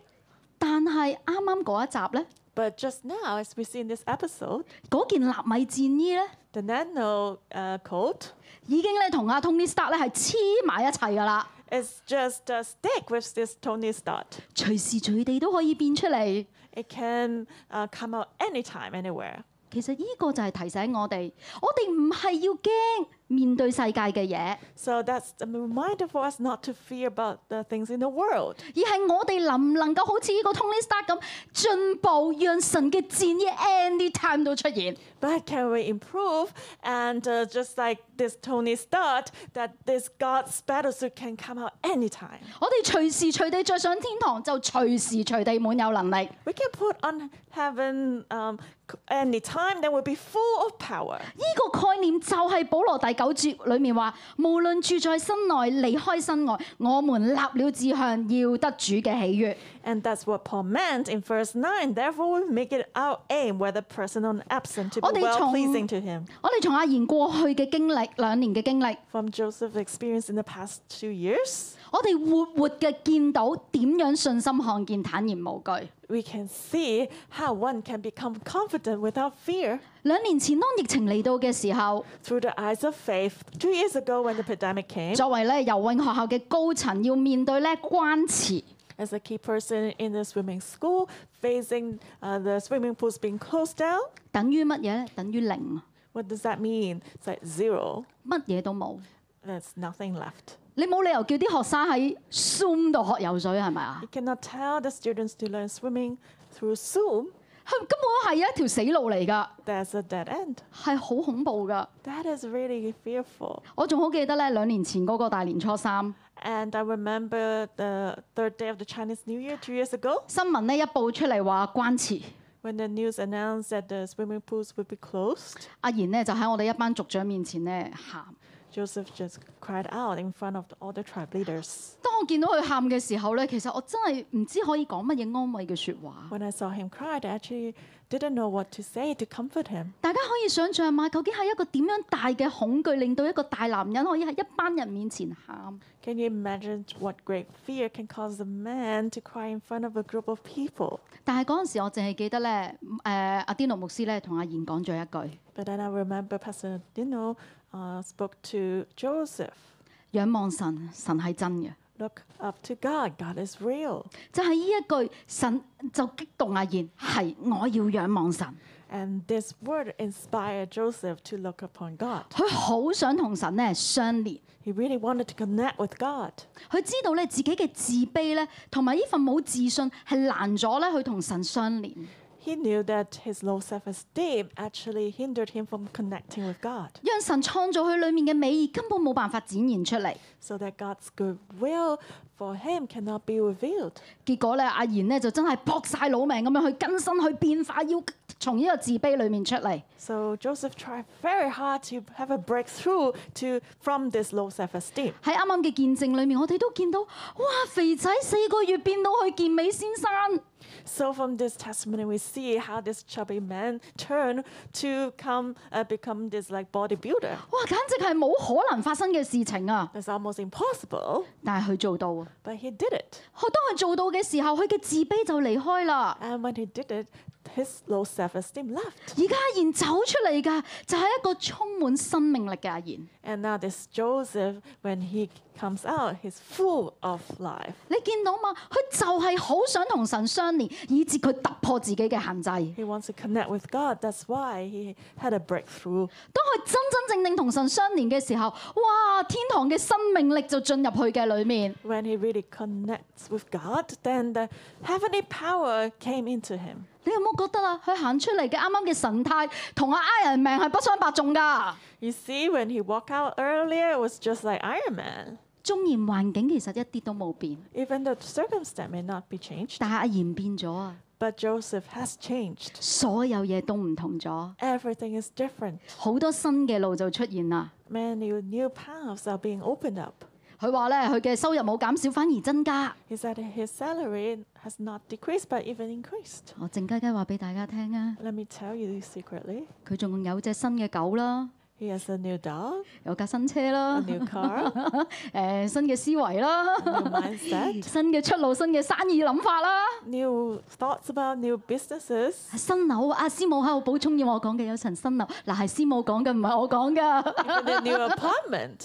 [SPEAKER 1] 但係啱啱嗰一集咧，
[SPEAKER 2] But just now, as we see in this episode,
[SPEAKER 1] 嗰件納米戰衣咧，
[SPEAKER 2] the nano uh, coat
[SPEAKER 1] 已經咧同阿 Tony Stark 咧係黐埋一齊㗎啦，
[SPEAKER 2] is just a stick with this Tony Stark.
[SPEAKER 1] 隨時隨地都可以變出嚟。
[SPEAKER 2] It can uh, come out anytime, anywhere.
[SPEAKER 1] 其實呢個就係提醒我哋，我哋唔係要驚面對世界嘅嘢，而
[SPEAKER 2] So that's a reminder for us not to fear about the things in the world,
[SPEAKER 1] 係我哋能唔能夠好似呢個 Tony Stark 咁進步，讓神嘅戰衣 anytime 都出現。
[SPEAKER 2] but can we improve? And uh, just like this Tony Stark, that this God's battlesuit can come out anytime.
[SPEAKER 1] 我哋隨時隨地着上天堂，就隨時隨地滿有能力。呢
[SPEAKER 2] We can put on heaven um, c- anytime, then we'll be full of power.
[SPEAKER 1] 個概念就係保羅第九節裡面話，無論住在身內，離開身外，我們立了志向，要得主嘅喜悦。
[SPEAKER 2] And that's what Paul meant in verse 9. Therefore, we make it our aim, whether present or absent, to be
[SPEAKER 1] 我哋從-
[SPEAKER 2] well pleasing to him.
[SPEAKER 1] 我哋從阿賢過去嘅經歷，兩年嘅經歷，
[SPEAKER 2] From Joseph's experience in the past two years,
[SPEAKER 1] 我哋活活嘅見到點樣信心看見坦然無懼。
[SPEAKER 2] we can see how one can become confident without fear
[SPEAKER 1] 兩年前當疫情嚟到嘅時候，
[SPEAKER 2] through the eyes of faith. Two years ago, when the pandemic came,
[SPEAKER 1] 作為咧游泳學校嘅高層，要面對咧關池，
[SPEAKER 2] as a key person in the swimming school, facing uh, the swimming pools being closed down,
[SPEAKER 1] 等於乜嘢咧？等於零，啊
[SPEAKER 2] what does that mean? It's like zero.
[SPEAKER 1] 乜嘢都冇。
[SPEAKER 2] There's nothing left.
[SPEAKER 1] 你冇理由叫啲學生喺 Zoom 度學游水係咪啊
[SPEAKER 2] You？cannot tell the students to learn swimming through Zoom.
[SPEAKER 1] 佢根本係一條死路嚟㗎，
[SPEAKER 2] That's a dead end.
[SPEAKER 1] 係好恐怖㗎。
[SPEAKER 2] That is really fearful.
[SPEAKER 1] 我仲好記得咧兩年前嗰個大年初三
[SPEAKER 2] And I remember the third day of the Chinese New Year two years ago
[SPEAKER 1] 新聞咧一報出嚟話關池，
[SPEAKER 2] when the news announced that the swimming pools would be closed.
[SPEAKER 1] 阿賢咧就喺我哋一班族長面前咧喊。
[SPEAKER 2] Joseph just cried out in front of all the tribe leaders.
[SPEAKER 1] 當我見到佢喊嘅時候咧，其實我真係唔知可以講乜嘢安慰嘅説話。
[SPEAKER 2] When I saw him cry, I actually didn't know what to say to comfort him.
[SPEAKER 1] 大家可以想象下，究竟係一個點樣大嘅恐懼，令到一個大男人可以喺一班人面前喊？
[SPEAKER 2] Can you imagine what great fear can cause a man to cry in front of a group of people?
[SPEAKER 1] 但係嗰陣時，我淨係記得咧，誒、阿天奴牧師咧同阿賢講咗一句：
[SPEAKER 2] But then I remember Pastor Dino uh, spoke to Joseph
[SPEAKER 1] 仰望神，神係真嘅。
[SPEAKER 2] Look up to God, God is real.
[SPEAKER 1] 就係呢一句，神就激動阿賢，係我要仰望神。
[SPEAKER 2] And this word inspired Joseph to look upon God.
[SPEAKER 1] 佢好想同神咧相連，
[SPEAKER 2] He really wanted to connect with God.
[SPEAKER 1] 佢知道咧自己嘅自卑咧，同埋呢份冇自信係難咗咧佢同神相連。
[SPEAKER 2] He knew that his low self esteem actually hindered him from connecting with God,
[SPEAKER 1] 讓神創造佢裡面嘅美意根本冇辦法展現出嚟。
[SPEAKER 2] so that God's good will for him cannot be revealed.
[SPEAKER 1] 結果咧，阿賢咧就真係搏晒老命咁樣去更新、去變化，要從呢個自卑裡面出嚟。
[SPEAKER 2] So Joseph tried very hard to have a breakthrough to, from this low self esteem.
[SPEAKER 1] 喺啱啱嘅見證裡面，我哋都見到，哇！肥仔四個月變到去健美先生，
[SPEAKER 2] So from this testimony, we see how this chubby man turned to come uh, become this like bodybuilder.
[SPEAKER 1] 哇！簡直係冇可能發生嘅事情啊！
[SPEAKER 2] It's almost impossible,
[SPEAKER 1] 但係佢做到啊！
[SPEAKER 2] but he did it.
[SPEAKER 1] 當佢做到嘅時候，佢嘅自卑就離開啦。
[SPEAKER 2] And when he did it, his low self esteem left.
[SPEAKER 1] 而家阿賢走出嚟㗎，就係、一個充滿生命力嘅阿賢。
[SPEAKER 2] And now this Joseph, when he comes out, he's full of life.
[SPEAKER 1] 你見到嘛？佢就係好想同神相連，以至佢突破自己嘅限制。當
[SPEAKER 2] He wants to connect with God. That's why he had a breakthrough.
[SPEAKER 1] 佢真真正正同神相連嘅時候，哇！天堂嘅生命力就進入佢嘅裏面。
[SPEAKER 2] When he really connects with God, then the heavenly power came into him.
[SPEAKER 1] 你有冇覺得啊？佢行出嚟嘅啱啱嘅神態，同阿 Iron Man 係不相伯仲㗎。
[SPEAKER 2] You see, when he walked out earlier, it was just like Iron Man.
[SPEAKER 1] 縱然環境其實一啲都冇變，
[SPEAKER 2] Even the circumstance may not be changed,
[SPEAKER 1] 但係阿賢變咗啊，
[SPEAKER 2] but Joseph has changed.
[SPEAKER 1] 所有嘢都唔同咗，
[SPEAKER 2] Everything is different.
[SPEAKER 1] 好多新嘅路就出現啦。
[SPEAKER 2] Many new paths are being opened up.
[SPEAKER 1] 佢話咧，佢嘅收入冇減少，反而增加。
[SPEAKER 2] He said his salary has not decreased, but even increased.
[SPEAKER 1] 我靜雞雞話俾大家聽啊，
[SPEAKER 2] Let me tell you secretly,
[SPEAKER 1] 佢仲有隻新嘅狗啦，
[SPEAKER 2] he has a new dog,
[SPEAKER 1] 有架新車啦 <laughs>
[SPEAKER 2] a，new car,
[SPEAKER 1] 誒、新嘅思維啦，
[SPEAKER 2] a new mindset,
[SPEAKER 1] 新嘅出路、新嘅生意諗法啦，
[SPEAKER 2] new thoughts about new businesses.
[SPEAKER 1] 新樓啊！師母喺度補充要我講嘅有層新樓，嗱係師母講嘅，唔係我講噶，
[SPEAKER 2] even a new apartment,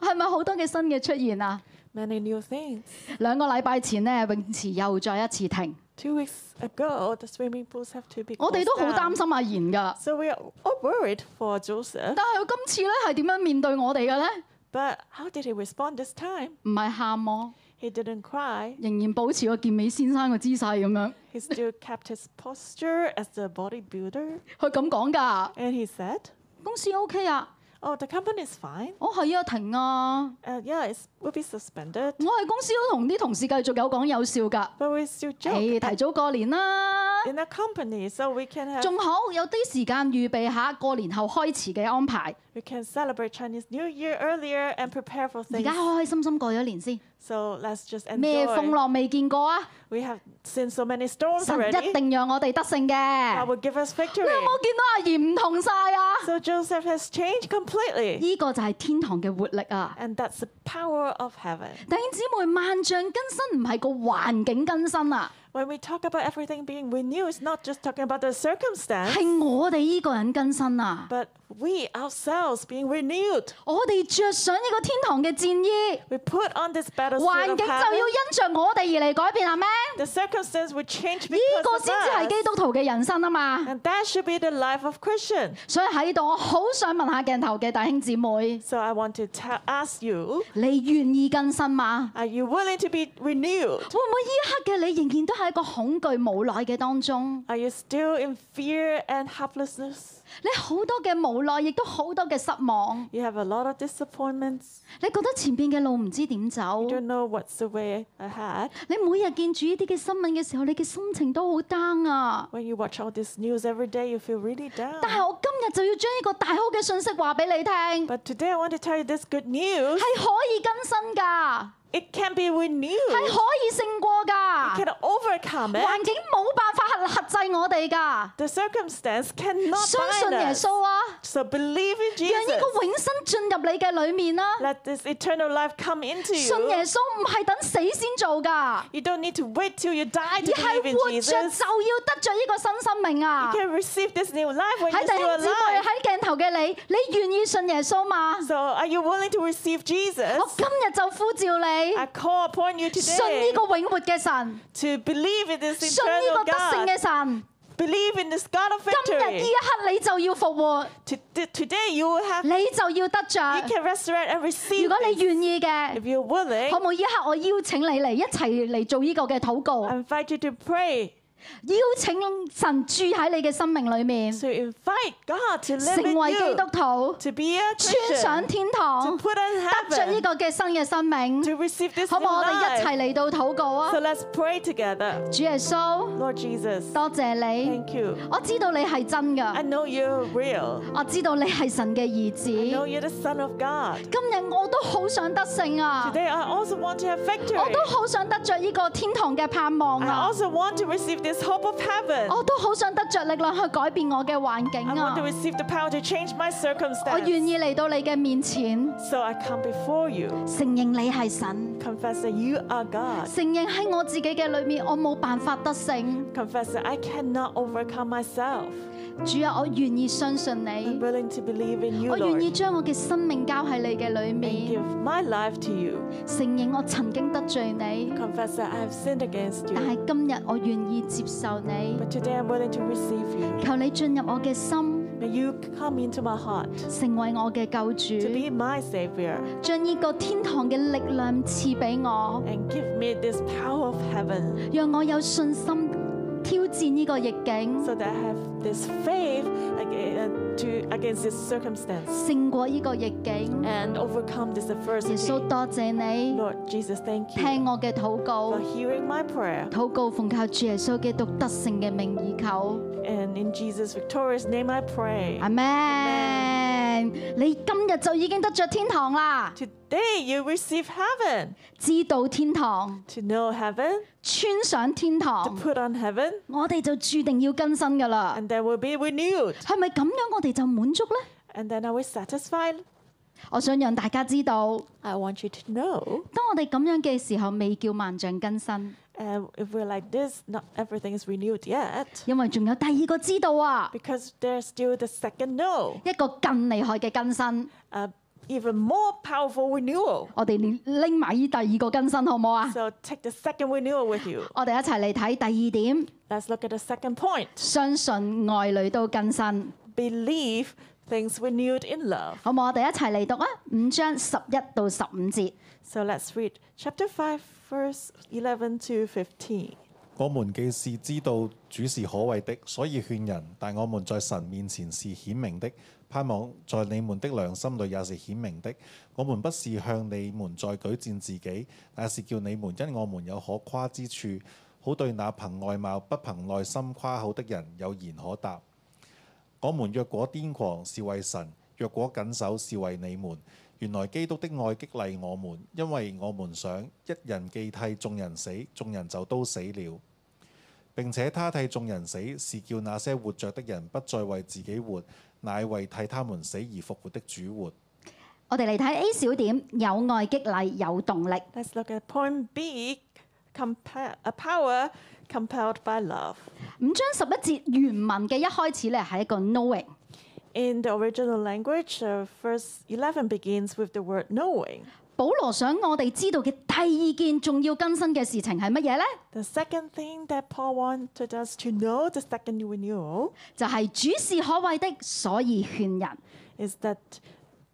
[SPEAKER 1] 係咪好多嘅新嘅出現啊？
[SPEAKER 2] many new things.
[SPEAKER 1] 兩個禮拜前呢，泳池又再一次停，
[SPEAKER 2] Two weeks ago, the swimming pools have to be.
[SPEAKER 1] 我哋都好
[SPEAKER 2] closed down.
[SPEAKER 1] 擔心阿賢㗎，
[SPEAKER 2] So we are all worried for Joseph.
[SPEAKER 1] 但係佢今次咧係點樣面對我哋嘅咧？
[SPEAKER 2] But how did he respond this time?
[SPEAKER 1] 唔係喊我，
[SPEAKER 2] He didn't cry.
[SPEAKER 1] 仍然保持個健美先生嘅姿勢咁樣。
[SPEAKER 2] He still kept his posture as a bodybuilder.
[SPEAKER 1] 佢咁講㗎，
[SPEAKER 2] And he said,
[SPEAKER 1] 公司 OK 啊，
[SPEAKER 2] Oh, the company is fine.
[SPEAKER 1] 我係啊停啊，
[SPEAKER 2] Uh, yeah, it will be suspended.
[SPEAKER 1] 我喺公司都同啲同事繼續有講有笑㗎。
[SPEAKER 2] But we still
[SPEAKER 1] 誒、
[SPEAKER 2] joke
[SPEAKER 1] 提早過年啦，
[SPEAKER 2] in a company, so we can have
[SPEAKER 1] 仲好有啲時間預備下過年後開始嘅安排。
[SPEAKER 2] we can celebrate Chinese New Year earlier and prepare for
[SPEAKER 1] 而
[SPEAKER 2] things.
[SPEAKER 1] 家開開心心過咗年先，
[SPEAKER 2] So let's just
[SPEAKER 1] 咩風
[SPEAKER 2] enjoy.
[SPEAKER 1] 浪未見過啊！
[SPEAKER 2] We have seen so many storms
[SPEAKER 1] 神一
[SPEAKER 2] already.
[SPEAKER 1] 定讓我哋得勝嘅。
[SPEAKER 2] That will give us
[SPEAKER 1] 你
[SPEAKER 2] victory.
[SPEAKER 1] 有冇見到阿賢唔同晒啊？
[SPEAKER 2] So Joseph has changed completely.
[SPEAKER 1] 呢個就係天堂嘅活力啊！
[SPEAKER 2] And that's the power of heaven.
[SPEAKER 1] 弟兄姊妹，萬象更新唔係個環境更新啊，
[SPEAKER 2] When we talk about everything being renewed, it's not just talking about the circumstance,
[SPEAKER 1] 係我哋呢個人更新啊！
[SPEAKER 2] but we ourselves being renewed.
[SPEAKER 1] 我哋着上呢個天堂嘅戰衣，
[SPEAKER 2] We put on this battle
[SPEAKER 1] 環
[SPEAKER 2] suit
[SPEAKER 1] 境就
[SPEAKER 2] of
[SPEAKER 1] 要
[SPEAKER 2] heaven.
[SPEAKER 1] 因着我哋而嚟改變，係咪？
[SPEAKER 2] The circumstance would change
[SPEAKER 1] 呢
[SPEAKER 2] because
[SPEAKER 1] 個
[SPEAKER 2] of
[SPEAKER 1] 先至係
[SPEAKER 2] us.
[SPEAKER 1] 基督徒嘅人生啊嘛！
[SPEAKER 2] And that should be the life of Christian.
[SPEAKER 1] 所以喺度，我好想問下鏡頭嘅弟兄姊妹，
[SPEAKER 2] So I want to ta- ask you,
[SPEAKER 1] 你願意更新嗎？
[SPEAKER 2] are you willing to be renewed?
[SPEAKER 1] 會唔會呢一刻嘅你仍然都喺一個恐懼無奈嘅當中？
[SPEAKER 2] Are you still in fear and helplessness?
[SPEAKER 1] 你好多嘅無奈，亦都好多嘅失望。
[SPEAKER 2] You have a lot of disappointments.
[SPEAKER 1] 你覺得前邊嘅路唔知點走？
[SPEAKER 2] You don't know what's the way ahead.
[SPEAKER 1] 你每日見住呢啲嘅新聞嘅時候，你嘅心情都好 down 啊！
[SPEAKER 2] When you watch all this news every day, you feel really
[SPEAKER 1] 但
[SPEAKER 2] down.
[SPEAKER 1] 係我今日就要將呢個大好嘅信息話俾你聽，係
[SPEAKER 2] But today I want to tell you this good news.
[SPEAKER 1] 可以更新㗎，
[SPEAKER 2] It can be renewed.
[SPEAKER 1] 係可
[SPEAKER 2] You
[SPEAKER 1] 以勝過㗎。
[SPEAKER 2] can overcome it.
[SPEAKER 1] 環境冇辦法克制我哋㗎，
[SPEAKER 2] The circumstance cannot
[SPEAKER 1] 相信
[SPEAKER 2] bind
[SPEAKER 1] 耶
[SPEAKER 2] us.
[SPEAKER 1] 穌啊，
[SPEAKER 2] So believe
[SPEAKER 1] 讓
[SPEAKER 2] in
[SPEAKER 1] 呢
[SPEAKER 2] Jesus.
[SPEAKER 1] 個永生進入你嘅裏面啦、
[SPEAKER 2] Let this eternal life come into
[SPEAKER 1] 信耶
[SPEAKER 2] you.
[SPEAKER 1] 穌唔係等死先做㗎，而
[SPEAKER 2] You don't need to wait till you die to
[SPEAKER 1] 係
[SPEAKER 2] believe in
[SPEAKER 1] 活着就
[SPEAKER 2] Jesus.
[SPEAKER 1] 要得着呢個新生命啊
[SPEAKER 2] You！can receive this new life when
[SPEAKER 1] 喺弟
[SPEAKER 2] you're
[SPEAKER 1] 兄
[SPEAKER 2] still
[SPEAKER 1] 姊妹
[SPEAKER 2] alive.
[SPEAKER 1] 喺鏡頭嘅你，你願意信耶穌嘛？
[SPEAKER 2] So are you willing to receive
[SPEAKER 1] 我
[SPEAKER 2] Jesus?
[SPEAKER 1] 今日就呼召你。
[SPEAKER 2] I call upon you
[SPEAKER 1] 信呢
[SPEAKER 2] today
[SPEAKER 1] 個永活嘅神，
[SPEAKER 2] to believe in this
[SPEAKER 1] 信呢
[SPEAKER 2] eternal
[SPEAKER 1] 個得勝
[SPEAKER 2] God.
[SPEAKER 1] 嘅神。
[SPEAKER 2] Believe in this God of
[SPEAKER 1] 今日呢
[SPEAKER 2] victory.
[SPEAKER 1] 一刻你就要復活，
[SPEAKER 2] To- Today you will have, you
[SPEAKER 1] 你就要得着。
[SPEAKER 2] can resurrect and
[SPEAKER 1] 如
[SPEAKER 2] receive.
[SPEAKER 1] 果你
[SPEAKER 2] this.
[SPEAKER 1] 願意嘅
[SPEAKER 2] If，you're willing,
[SPEAKER 1] 可唔可以一刻我邀請你嚟一齊嚟做呢個嘅禱告？
[SPEAKER 2] I invite you to pray.
[SPEAKER 1] 邀請神住喺你嘅生命裏面，
[SPEAKER 2] To invite God to live
[SPEAKER 1] 成
[SPEAKER 2] in
[SPEAKER 1] 為基
[SPEAKER 2] you.
[SPEAKER 1] 督徒，
[SPEAKER 2] To be a
[SPEAKER 1] 穿上
[SPEAKER 2] Christian.
[SPEAKER 1] 天
[SPEAKER 2] To
[SPEAKER 1] 堂，
[SPEAKER 2] put on
[SPEAKER 1] 得着呢
[SPEAKER 2] heaven.
[SPEAKER 1] 個嘅新嘅生命。
[SPEAKER 2] To receive this
[SPEAKER 1] 可唔
[SPEAKER 2] new
[SPEAKER 1] 可以我哋一
[SPEAKER 2] life.
[SPEAKER 1] 齊嚟到禱告啊
[SPEAKER 2] So？let's pray together.
[SPEAKER 1] 主耶穌，
[SPEAKER 2] Lord Jesus,
[SPEAKER 1] 多謝你，
[SPEAKER 2] thank you.
[SPEAKER 1] 我知道你係真
[SPEAKER 2] I
[SPEAKER 1] 㗎，
[SPEAKER 2] know you're real.
[SPEAKER 1] 我知道你係神嘅兒子。
[SPEAKER 2] I know you're the Son of God.
[SPEAKER 1] 今日我都好想得勝啊！
[SPEAKER 2] Today I also want to have
[SPEAKER 1] 我
[SPEAKER 2] victory.
[SPEAKER 1] 都好想得着呢個天堂嘅盼望
[SPEAKER 2] I
[SPEAKER 1] 啊！
[SPEAKER 2] also want to receive this hope of heaven.
[SPEAKER 1] 我都好想得着力量去改變我嘅環
[SPEAKER 2] I
[SPEAKER 1] 境
[SPEAKER 2] want to
[SPEAKER 1] 啊！
[SPEAKER 2] receive the power to change my
[SPEAKER 1] 我
[SPEAKER 2] circumstance.
[SPEAKER 1] 願意嚟到你嘅面前，
[SPEAKER 2] So I come before you,
[SPEAKER 1] 承認你係神，
[SPEAKER 2] confess that you are God.
[SPEAKER 1] 承認喺我自己嘅裏面，我冇辦法得勝。
[SPEAKER 2] Confess that I cannot overcome myself.
[SPEAKER 1] 主啊，我願意相信
[SPEAKER 2] I'm
[SPEAKER 1] 你，
[SPEAKER 2] willing to believe in Oh, you,
[SPEAKER 1] 我願意
[SPEAKER 2] Lord.
[SPEAKER 1] 將我嘅生命交喺你嘅裏
[SPEAKER 2] And
[SPEAKER 1] 面，
[SPEAKER 2] give my life to you.
[SPEAKER 1] 承認我曾經得罪你，
[SPEAKER 2] Confess that I have sinned against
[SPEAKER 1] 但
[SPEAKER 2] you.
[SPEAKER 1] 係今日我願意接受你。
[SPEAKER 2] But today I'm willing to receive you.
[SPEAKER 1] 求你進入我嘅心，
[SPEAKER 2] May you come into my heart.
[SPEAKER 1] 成為我嘅救
[SPEAKER 2] to
[SPEAKER 1] 主。
[SPEAKER 2] be my savior
[SPEAKER 1] 將呢個天堂嘅力量賜俾我，
[SPEAKER 2] and give me this power of heaven
[SPEAKER 1] 讓我有信心挑戰呢個逆境，
[SPEAKER 2] so that I have this faith aga- uh, to, against this circumstance
[SPEAKER 1] 勝過呢個逆境。
[SPEAKER 2] and overcome this
[SPEAKER 1] 耶
[SPEAKER 2] adversity.
[SPEAKER 1] 穌多謝你，
[SPEAKER 2] Lord Jesus, thank you
[SPEAKER 1] 聽我嘅禱
[SPEAKER 2] for
[SPEAKER 1] 告，
[SPEAKER 2] hearing my prayer.
[SPEAKER 1] 禱告奉靠主耶穌基督得勝嘅名而求，
[SPEAKER 2] And in Jesus' victorious name I pray.
[SPEAKER 1] 阿門。你今日就已經得着天堂啦，
[SPEAKER 2] Today you receive heaven.
[SPEAKER 1] 知道天堂，
[SPEAKER 2] To know heaven,
[SPEAKER 1] 穿上天
[SPEAKER 2] to
[SPEAKER 1] 堂，
[SPEAKER 2] put on heaven,
[SPEAKER 1] 我哋就注定要更新噶啦。
[SPEAKER 2] and then we'll be renewed.
[SPEAKER 1] 係咪咁樣我哋就滿足呢？
[SPEAKER 2] And then are we satisfied?
[SPEAKER 1] 我想讓大家知道。
[SPEAKER 2] I want you to know.
[SPEAKER 1] 當我哋咁樣嘅時候，未叫萬象更新，
[SPEAKER 2] And um, if we're like this, not everything is renewed yet.
[SPEAKER 1] 因為仲有第二個知道啊，
[SPEAKER 2] Because there's still the second no,
[SPEAKER 1] 一個更厲害嘅更新，
[SPEAKER 2] a even more powerful renewal.
[SPEAKER 1] 我哋連拎埋呢第二個更新好唔好啊？
[SPEAKER 2] So take the second renewal with you.
[SPEAKER 1] 我哋一齊嚟睇第二點，
[SPEAKER 2] Let's look at the second point.
[SPEAKER 1] 相信愛女都更新，
[SPEAKER 2] Believe things renewed in love.
[SPEAKER 1] 好唔好？我哋一齊嚟讀啊，五章十一到十五節。
[SPEAKER 2] So let's read chapter 5, verse 11 to 15.
[SPEAKER 3] 我們既是知道主是可畏的，所以勸人；但我們在神面前是顯明的，盼望在你們的良心裏也是顯明的。我們不是向你們再舉薦自己，乃是叫你們因我們有可誇之處，好對那憑外貌不憑內心誇口的人有言可答。我們若果癲狂是為神，若果緊守是為你們。原來基督的愛激勵我們，因為我們想一人既替眾人死，眾人就都死了。並且他替眾人死，是叫那些活着的人不再為自己活，乃為替他們死而復活的主活。
[SPEAKER 1] 我哋嚟睇 A 小點，有愛激勵，有動力。
[SPEAKER 2] Let's look at point B compa- a power compelled by love.
[SPEAKER 1] 五章十一節原文嘅一開始咧係一個 knowing，
[SPEAKER 2] In the original language, uh, verse 11 begins with the word knowing.
[SPEAKER 1] 保羅想我哋知道嘅第二件重要更新嘅事情係乜嘢呢？
[SPEAKER 2] The second thing that Paul wanted us to know, the second renewal,
[SPEAKER 1] 就係、主是可畏的，所以勸人。
[SPEAKER 2] is that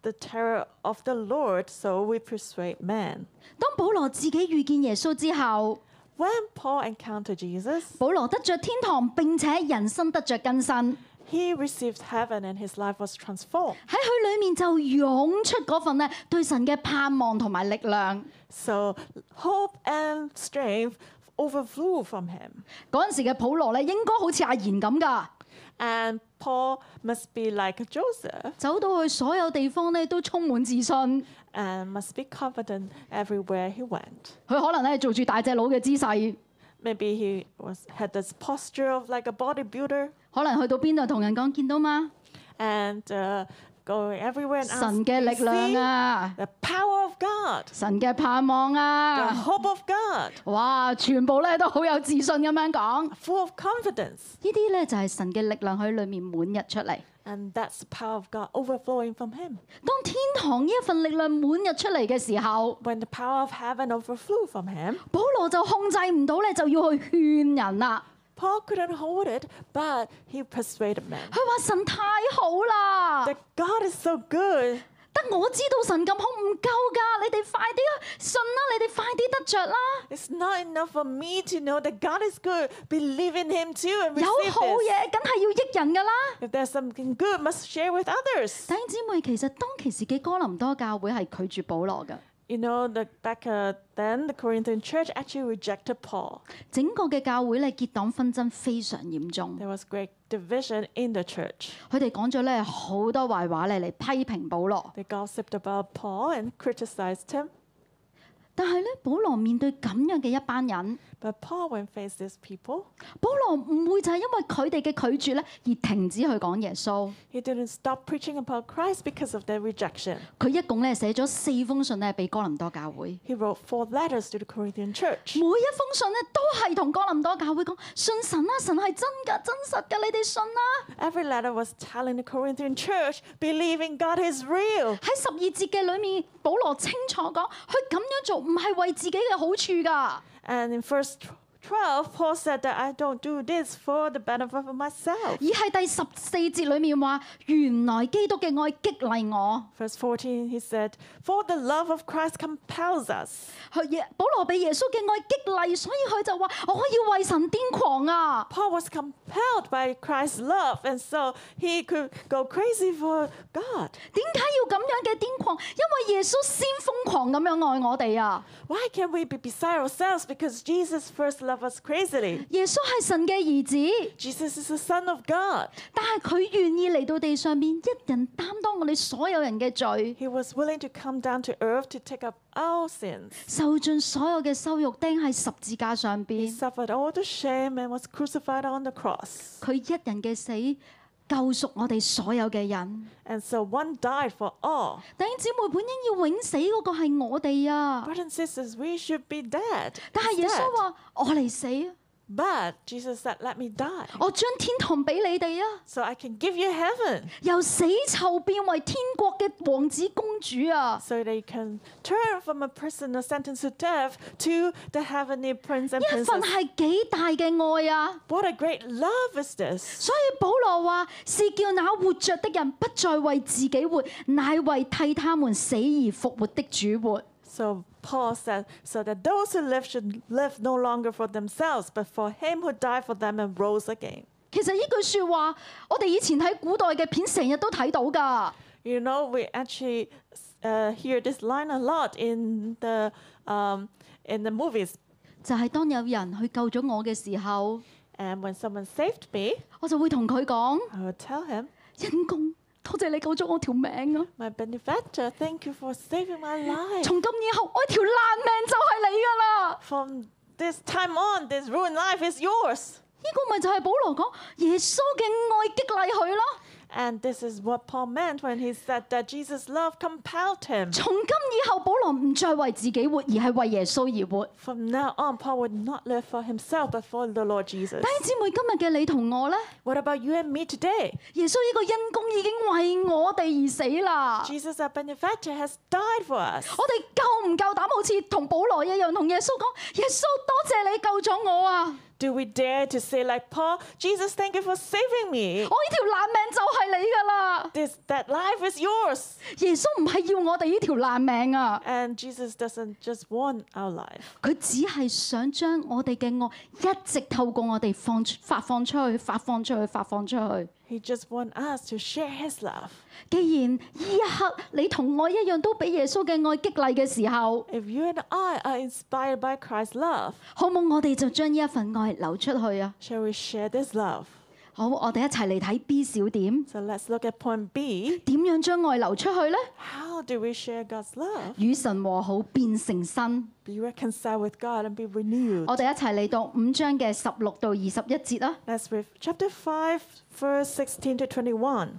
[SPEAKER 2] the terror of the Lord, so we persuade man.
[SPEAKER 1] 當保羅自己遇見耶穌之後，
[SPEAKER 2] When Paul encountered Jesus,
[SPEAKER 1] 保羅得着天堂，並且人生得着更新。喺
[SPEAKER 2] he received heaven and his life was transformed.
[SPEAKER 1] 佢裏面就湧出嗰份咧對神嘅盼望同埋力量。
[SPEAKER 2] So hope and strength overflew from him.
[SPEAKER 1] 嗰陣時嘅保羅咧，應該好似阿賢咁噶，
[SPEAKER 2] And Paul must be like Joseph
[SPEAKER 1] 走到去所有地方咧都充滿自信。
[SPEAKER 2] and must be confident everywhere he went.
[SPEAKER 1] 佢可能咧做住大隻佬嘅姿勢，
[SPEAKER 2] Maybe he was had this posture of like a bodybuilder
[SPEAKER 1] 可能去到邊度同人講見到嘛，
[SPEAKER 2] and uh, going everywhere and
[SPEAKER 1] 神
[SPEAKER 2] asking,
[SPEAKER 1] 嘅力量
[SPEAKER 2] "See
[SPEAKER 1] 啊，
[SPEAKER 2] the power of God,
[SPEAKER 1] 神嘅盼望
[SPEAKER 2] the
[SPEAKER 1] 啊，
[SPEAKER 2] hope of God,
[SPEAKER 1] 哇！全部咧都好有自信咁樣講，呢
[SPEAKER 2] full of confidence.
[SPEAKER 1] 啲咧就係神嘅力量喺裏面滿溢出嚟。
[SPEAKER 2] And that's the power of God overflowing from him.
[SPEAKER 1] 當天堂呢一份力量滿溢出嚟嘅時候，
[SPEAKER 2] When the power of heaven overflew from him,
[SPEAKER 1] 保羅就控制唔到咧，就要去勸人啦。
[SPEAKER 2] Paul couldn't hold it, but he persuaded men.
[SPEAKER 1] 佢話神太好啦，
[SPEAKER 2] That God is so good.
[SPEAKER 1] 得我知道神咁好唔夠㗎，你哋快啲啊信啦，你哋快啲得着啦，
[SPEAKER 2] It's not enough for me to know that God is good. Believe in Him too and
[SPEAKER 1] 有
[SPEAKER 2] receive
[SPEAKER 1] 好
[SPEAKER 2] this.
[SPEAKER 1] 嘢梗係要益人㗎啦。
[SPEAKER 2] If there's something good, must share with others.
[SPEAKER 1] 弟兄姊妹，其實當其時嘅哥林多教會係拒絕保羅嘅，
[SPEAKER 2] You know, the, back uh, then, the Corinthian church actually rejected Paul.
[SPEAKER 1] 整個嘅教會咧結黨紛爭非常嚴重，
[SPEAKER 2] There was great division in the church.
[SPEAKER 1] 佢哋講咗咧好多壞話咧嚟批評保羅，
[SPEAKER 2] They gossiped about Paul and criticized him.
[SPEAKER 1] 但係咧保羅面對咁樣嘅一班人，
[SPEAKER 2] But Paul, when faced these people,
[SPEAKER 1] 保羅唔會就係因為佢哋嘅拒絕咧而停止去講耶穌，
[SPEAKER 2] he didn't stop preaching about Christ because of their rejection.
[SPEAKER 1] 佢一共咧寫咗四封信咧俾哥林多教會。
[SPEAKER 2] He wrote four letters to the Corinthian church.
[SPEAKER 1] 每一封信咧都係同哥林多教會講信神啦、神係真㗎、真實㗎，你哋信啦、
[SPEAKER 2] Every letter was telling the Corinthian church, believe in God is real.
[SPEAKER 1] 喺十二節嘅裏面，保羅清楚講，佢咁樣做唔係為自己嘅好處㗎，
[SPEAKER 2] And in verse tw- 12, Paul said that I don't do this for the benefit of myself.
[SPEAKER 1] 而係第十四節裏面話，原來基督嘅愛激勵我。
[SPEAKER 2] Verse 14, he said, For the love of Christ compels us.
[SPEAKER 1] 佢耶保羅被耶穌嘅愛激勵，所以佢就話：我要為神癲狂啊！
[SPEAKER 2] Paul was compelled by Christ's love, and so he could go crazy for God.
[SPEAKER 1] 點解要咁樣嘅癲狂？因為耶穌先瘋狂咁樣愛我哋啊！
[SPEAKER 2] Why can't we be beside ourselves? Because Jesus first loved us crazily.
[SPEAKER 1] 耶穌係神嘅兒子。
[SPEAKER 2] Jesus is the Son of God.
[SPEAKER 1] 但係佢願意嚟到地上面，一人擔當我哋所有人嘅罪，
[SPEAKER 2] He was willing to come down to earth to take up our sins.
[SPEAKER 1] 受盡所有嘅羞辱，釘喺十字架上
[SPEAKER 2] He
[SPEAKER 1] 邊。
[SPEAKER 2] suffered all the shame and was crucified on the cross.
[SPEAKER 1] 佢一人嘅死，救贖我哋所有嘅人。
[SPEAKER 2] And so one died for all.
[SPEAKER 1] 弟兄姊妹，本應要永死嗰個係我哋啊，
[SPEAKER 2] Brothers and sisters, we should be dead.
[SPEAKER 1] 但係耶
[SPEAKER 2] instead.
[SPEAKER 1] 穌話：我嚟死啊，
[SPEAKER 2] But Jesus said, Let me die
[SPEAKER 1] 我將天堂俾你哋啊，
[SPEAKER 2] so I can give you heaven,
[SPEAKER 1] 由死囚變為天國嘅王子公主啊！
[SPEAKER 2] so they can turn from a prisoner sentenced to death to the heavenly prince and
[SPEAKER 1] 呢一份
[SPEAKER 2] princess.
[SPEAKER 1] 係幾大嘅愛啊！
[SPEAKER 2] What a great love is this!
[SPEAKER 1] 所以保羅話：是叫那活着的人不再為自己活，乃為替他們死而復活的主活。
[SPEAKER 2] So Paul said, so that those who live should live no longer for themselves, but for him who died for them and rose again.
[SPEAKER 1] 其實呢句説話，我哋以前睇古代嘅片成日都睇到㗎。
[SPEAKER 2] You know, we actually uh, hear this line a lot in the um, in the movies.
[SPEAKER 1] 就係當有人去救咗我嘅時候，
[SPEAKER 2] And when someone saved me,
[SPEAKER 1] 我就會同佢講：
[SPEAKER 2] I would tell him,
[SPEAKER 1] 恩公，多謝你救咗我條命啊！
[SPEAKER 2] "My benefactor, thank you for saving my life.
[SPEAKER 1] 從今以後，我條爛命就係你㗎啦！
[SPEAKER 2] From this time on, this ruined life is yours."
[SPEAKER 1] 呢個咪就係保羅講耶穌嘅愛激勵佢咯。
[SPEAKER 2] And this is what Paul meant when he said that Jesus' love compelled him.
[SPEAKER 1] 從今以後，保羅唔再為自己活，而係為耶穌而活。
[SPEAKER 2] From now on, Paul would not live for himself, but for the Lord Jesus.
[SPEAKER 1] 弟兄姊妹，今日嘅你同我呢，
[SPEAKER 2] What about you and me today?
[SPEAKER 1] 耶穌呢個恩公已經為我哋而死啦。
[SPEAKER 2] Jesus, our benefactor, has died for us.
[SPEAKER 1] 我哋夠唔夠膽好似同保羅一樣，同耶穌講：耶穌，多謝你救咗我啊！
[SPEAKER 2] Do we dare to say, like Paul, Jesus, thank you for saving me?
[SPEAKER 1] 我呢條爛命就係你噶啦！
[SPEAKER 2] This, that life is yours.
[SPEAKER 1] 耶穌唔係要我哋呢條爛命啊，
[SPEAKER 2] And Jesus doesn't just want our life,
[SPEAKER 1] 佢只係想將我哋嘅愛一直透過我哋放出發放出去，發放出去，發放出去。
[SPEAKER 2] He just wants us to share His love.
[SPEAKER 1] 既然呢一刻你同我一樣都俾耶穌嘅愛激勵嘅時候，
[SPEAKER 2] If you and I are inspired by Christ's love,
[SPEAKER 1] 好冇？我哋就將呢一份愛流出去啊！
[SPEAKER 2] shall we share this love?
[SPEAKER 1] 好，我哋一齊嚟睇 B 小點，
[SPEAKER 2] So let's look at point B.
[SPEAKER 1] 點樣將愛流出去呢？
[SPEAKER 2] How do we share God's love?
[SPEAKER 1] 與神和好，變成新。
[SPEAKER 2] Be reconciled with God and be renewed.
[SPEAKER 1] 我哋一齊嚟到五章嘅十六到二十一節啦。
[SPEAKER 2] Let's read chapter 5, verse 16 to 21.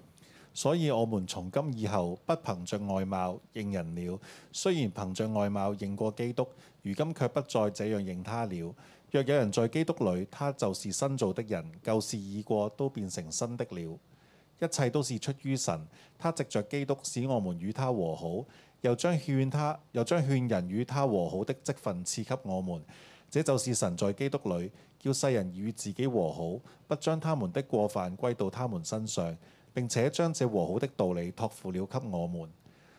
[SPEAKER 3] 所以我們從今以後不憑着外貌認人了。雖然憑着外貌認過基督，如今卻不再這樣認他了。若有人在基督裏，他就是新造的人，舊事已過，都變成新的了。一切都是出於神，他藉着基督使我們與他和好，又將勸他，又將勸人與他和好的職分賜給我們。這就是神在基督裏叫世人與自己和好，不將他們的過犯歸到他們身上，並且將這和好的道理託付了給我們。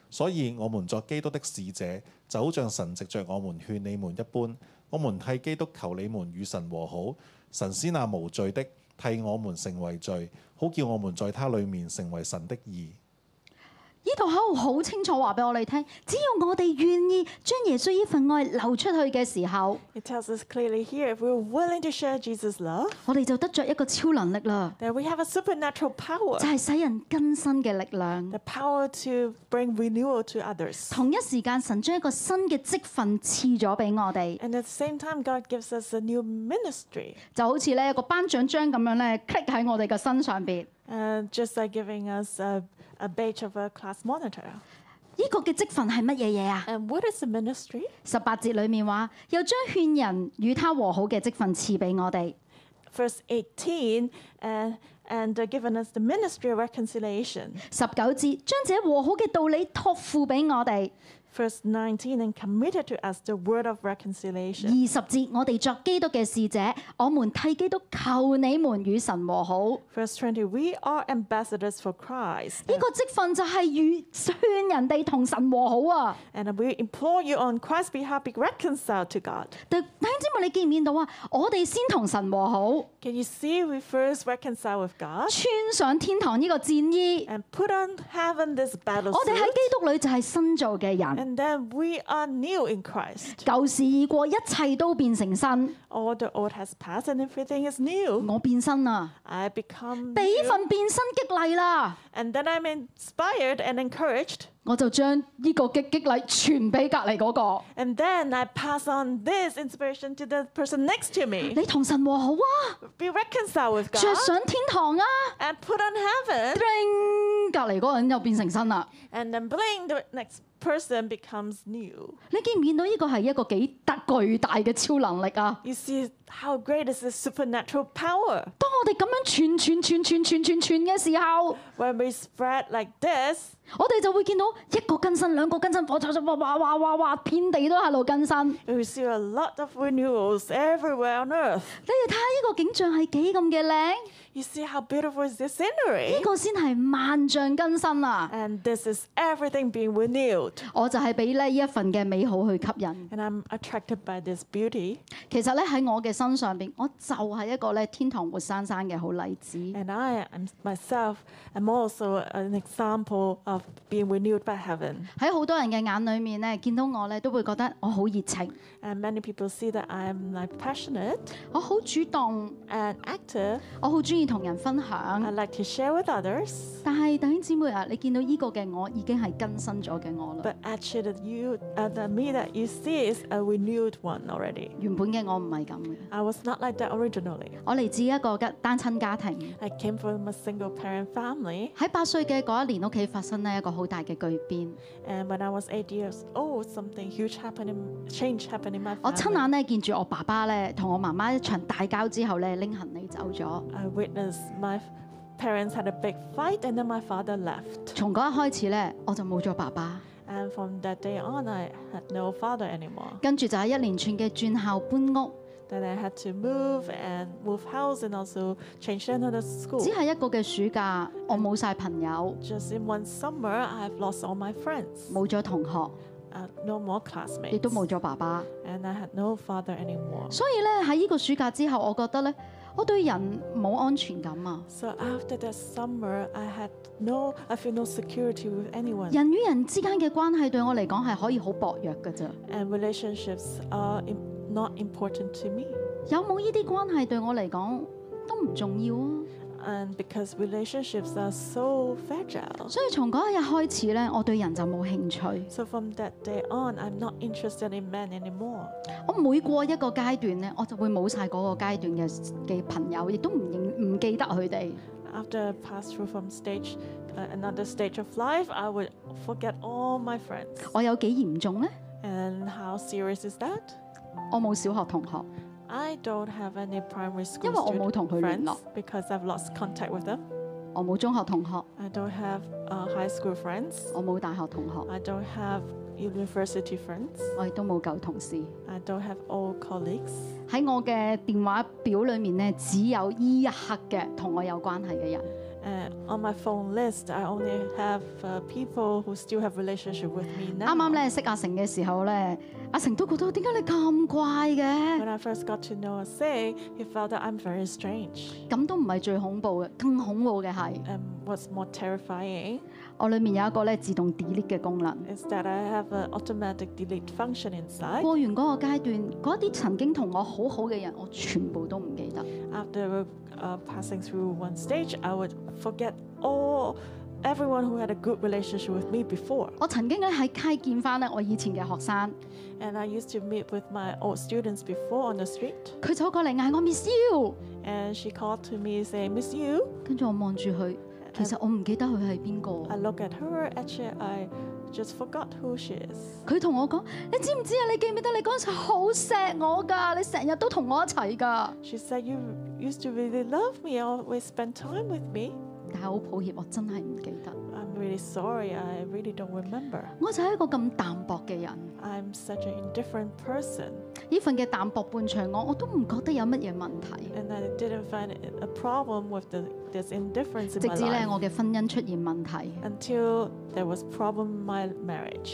[SPEAKER 3] 所以我們作基督的使者，就好像神藉着我們勸你們一般，我們替基督求你們與神和好。神使那無罪的替我們成為罪，好叫我們在他裡面成為神的義。
[SPEAKER 1] 呢度口好清楚話俾我哋聽，只要我哋願意將耶穌呢份愛流出去嘅時候，
[SPEAKER 2] It tells us clearly here if we're willing to share Jesus' love,
[SPEAKER 1] 我哋就得着一個超能力啦，
[SPEAKER 2] then we have a supernatural power
[SPEAKER 1] 就係、使人更新嘅力量。
[SPEAKER 2] the power to bring renewal to others.
[SPEAKER 1] 同一時間，神將一個新嘅職分賜咗俾我哋，
[SPEAKER 2] And at the same time, God gives us a new ministry,
[SPEAKER 1] 就好似咧一個頒獎章咁樣咧 click 喺我哋嘅身上邊。
[SPEAKER 2] uh, just like giving us a, a badge of a class monitor.
[SPEAKER 1] 呢、個嘅職分係乜嘢嘢啊？
[SPEAKER 2] And what is a ministry?
[SPEAKER 1] 十八節裡面話，又將勸人與他和好嘅職分賜俾我哋。
[SPEAKER 2] Verse 18, uh, and uh, given us the ministry of reconciliation.
[SPEAKER 1] 十九節，將這和好嘅道理托付俾我哋。
[SPEAKER 2] Verse 19, and committed to us the word of reconciliation.
[SPEAKER 1] 二十節，我哋作基督嘅使者，我們替基督求你們與神和好。呢、
[SPEAKER 2] Verse 20, we are ambassadors for Christ.
[SPEAKER 1] 個職分就係與勸人哋同神和好啊！
[SPEAKER 2] And we implore you on Christ's behalf be reconciled to God.
[SPEAKER 1] 弟兄姊妹，你見唔見到啊？我哋先同神和好，
[SPEAKER 2] Can you see we first reconcile with God
[SPEAKER 1] 穿上天堂呢個戰衣。
[SPEAKER 2] and put on heaven this battle
[SPEAKER 1] 我哋喺
[SPEAKER 2] suit?
[SPEAKER 1] 基督裏就係新造嘅人，
[SPEAKER 2] And then we are new in Christ.
[SPEAKER 1] 舊事已過，一切都變成新。
[SPEAKER 2] All the old has passed and everything is new.
[SPEAKER 1] 我變啊身啦，
[SPEAKER 2] I become
[SPEAKER 1] 被呢
[SPEAKER 2] new.
[SPEAKER 1] 份變身激勵啦，
[SPEAKER 2] and then I'm inspired and encouraged.
[SPEAKER 1] 我就將呢個嘅激勵傳俾隔離嗰個。
[SPEAKER 2] And then I pass on this inspiration to the person next to me.
[SPEAKER 1] 你同神和好啊，
[SPEAKER 2] Be reconciled with
[SPEAKER 1] 着
[SPEAKER 2] God
[SPEAKER 1] 上天堂啊！
[SPEAKER 2] and put on heaven.
[SPEAKER 1] Bling，隔離嗰個人又變成身啦。啊
[SPEAKER 2] And then bling, the next person becomes new.
[SPEAKER 1] 你見唔見到呢個係一個幾特巨大嘅超能力啊？
[SPEAKER 2] You see how great is this supernatural power.
[SPEAKER 1] 當我哋咁樣傳傳傳傳傳傳傳嘅時候，
[SPEAKER 2] When we spread like this,
[SPEAKER 1] 我哋就會見到一個更新、兩個更新，火咗咗，哇哇哇哇哇，遍地都喺度更新。你
[SPEAKER 2] we see a lot of renewals everywhere on earth.
[SPEAKER 1] 哋睇下呢個景象係幾咁嘅靚，
[SPEAKER 2] You see how beautiful is this
[SPEAKER 1] 呢
[SPEAKER 2] scenery?
[SPEAKER 1] 個先係萬象更新啊！
[SPEAKER 2] And this is everything being renewed.
[SPEAKER 1] 我就係俾呢一份嘅美好去吸引。
[SPEAKER 2] And I'm attracted by this beauty.
[SPEAKER 1] 其實咧喺我嘅身上邊，我就係一個咧天堂活生生嘅好例子。
[SPEAKER 2] And I am myself am also an example of being renewed by heaven.
[SPEAKER 1] 喺好多人嘅眼裏面咧，見到我咧都會覺得我好熱情，
[SPEAKER 2] And many people see that I am like passionate
[SPEAKER 1] 我好主動，
[SPEAKER 2] and active.
[SPEAKER 1] 我好中意同人分享
[SPEAKER 2] I。like to share with others.
[SPEAKER 1] 但係弟兄姊妹啊，你見到呢個嘅我已經係更新咗嘅我啦。
[SPEAKER 2] But actually, the you, uh, the me that you see is a renewed one already.
[SPEAKER 1] 原本嘅我唔係咁嘅，
[SPEAKER 2] I was not like that originally.
[SPEAKER 1] 我嚟自一個嘅單親家庭。
[SPEAKER 2] I came from a single parent family,
[SPEAKER 1] 喺八歲嘅嗰一年，屋企發生呢一個好大嘅巨變，
[SPEAKER 2] and when I was eight years old, something huge happened, in, change happened in my
[SPEAKER 1] 我親
[SPEAKER 2] family.
[SPEAKER 1] 眼咧見住我爸爸咧同我媽媽一場大交之後咧拎行李走咗。
[SPEAKER 2] I witnessed my parents had a big fight, and then my father left.
[SPEAKER 1] 從嗰一開始咧，我就冇咗爸爸，
[SPEAKER 2] And from that day on, I had no father anymore.
[SPEAKER 1] 跟住就係一連串嘅轉校搬屋，
[SPEAKER 2] Then I had to move and move house and also change to another
[SPEAKER 1] 只
[SPEAKER 2] school.
[SPEAKER 1] 係一個嘅暑假，我冇晒朋友，
[SPEAKER 2] Just in one summer, I've lost all my friends,
[SPEAKER 1] 冇咗同學，
[SPEAKER 2] uh, no more
[SPEAKER 1] 亦
[SPEAKER 2] classmates,
[SPEAKER 1] 都冇咗爸爸。
[SPEAKER 2] and I had no father anymore.
[SPEAKER 1] 所以咧喺呢個暑假之後，我覺得咧，我對人冇安全感啊。
[SPEAKER 2] So after that summer, I had no, I feel no security with anyone,
[SPEAKER 1] 人與人之間嘅關係對我嚟講係可以好薄弱㗎咋。
[SPEAKER 2] and relationships are im- not important to me.
[SPEAKER 1] 有冇呢啲關係對我嚟講都唔重要啊。
[SPEAKER 2] And because relationships are so fragile,
[SPEAKER 1] 所以從嗰一日開始咧，我對人就冇興趣。
[SPEAKER 2] so from that day on, I'm not interested in men anymore.
[SPEAKER 1] 我每過一個階段咧，我就會冇晒嗰個階段嘅嘅朋友，亦都唔認唔記得佢哋。
[SPEAKER 2] After I passed through from stage, uh, another stage of life, I would forget all my friends.
[SPEAKER 1] 我有幾嚴重呢？
[SPEAKER 2] And how serious is that?
[SPEAKER 1] 我冇小學同學，
[SPEAKER 2] I don't have any primary school
[SPEAKER 1] 因為我冇
[SPEAKER 2] student
[SPEAKER 1] 同佢聯絡。
[SPEAKER 2] friends because I've lost contact with them.
[SPEAKER 1] 我冇中學同學，
[SPEAKER 2] I don't have uh, high school friends.
[SPEAKER 1] 我冇大學同學，
[SPEAKER 2] I don't have university friends.
[SPEAKER 1] 我亦都冇舊同事。
[SPEAKER 2] I don't have old colleagues.
[SPEAKER 1] 喺我嘅電話表裏面咧，只有依一刻嘅同我有關係嘅人。
[SPEAKER 2] And Uh, on my phone list, I only have uh, people who still have relationship with me
[SPEAKER 1] 啱
[SPEAKER 2] now.
[SPEAKER 1] 啱咧識阿成嘅時候咧，阿成都覺得點解你咁怪嘅？
[SPEAKER 2] When I first got to know Say, he felt that I'm very strange.
[SPEAKER 1] 咁都唔係最恐怖嘅，更恐怖嘅係
[SPEAKER 2] And what's more terrifying
[SPEAKER 1] 我裏面有一個咧自動 delete 嘅功能。
[SPEAKER 2] is that I have an automatic delete function inside.
[SPEAKER 1] 過完嗰個階段，嗰啲曾經同我好好嘅人，我全部都唔記得。
[SPEAKER 2] After uh, passing through one stage, I would forget all everyone who had a good relationship with me before.
[SPEAKER 1] 我曾經咧喺街見翻咧我以前嘅學生，
[SPEAKER 2] And I used to meet with my old students before on the street,
[SPEAKER 1] 佢走過嚟嗌我 Miss You，
[SPEAKER 2] and she called to me saying, "Miss you."
[SPEAKER 1] 跟住我望住佢，其實我唔記得佢係邊
[SPEAKER 2] I
[SPEAKER 1] 個。
[SPEAKER 2] look at her. Actually, I just forgot who she is.
[SPEAKER 1] 佢同我講：你知唔知啊？你記唔記得你嗰陣時好錫我㗎？你成日都同我一齊㗎。
[SPEAKER 2] She said, "You used to really love me. Always spend time with me."
[SPEAKER 1] 但係好抱歉，我真係唔記得。
[SPEAKER 2] I'm really sorry. I really don't remember.
[SPEAKER 1] 我就係一個咁淡薄嘅人，
[SPEAKER 2] I'm such an indifferent person,
[SPEAKER 1] 呢份嘅淡薄伴隨我，我都唔覺得有乜嘢問題。
[SPEAKER 2] and I didn't find it a problem with the, this indifference
[SPEAKER 1] 直
[SPEAKER 2] in my
[SPEAKER 1] 至咧
[SPEAKER 2] life.
[SPEAKER 1] 我嘅婚姻出現問題。
[SPEAKER 2] until there was problem in my marriage.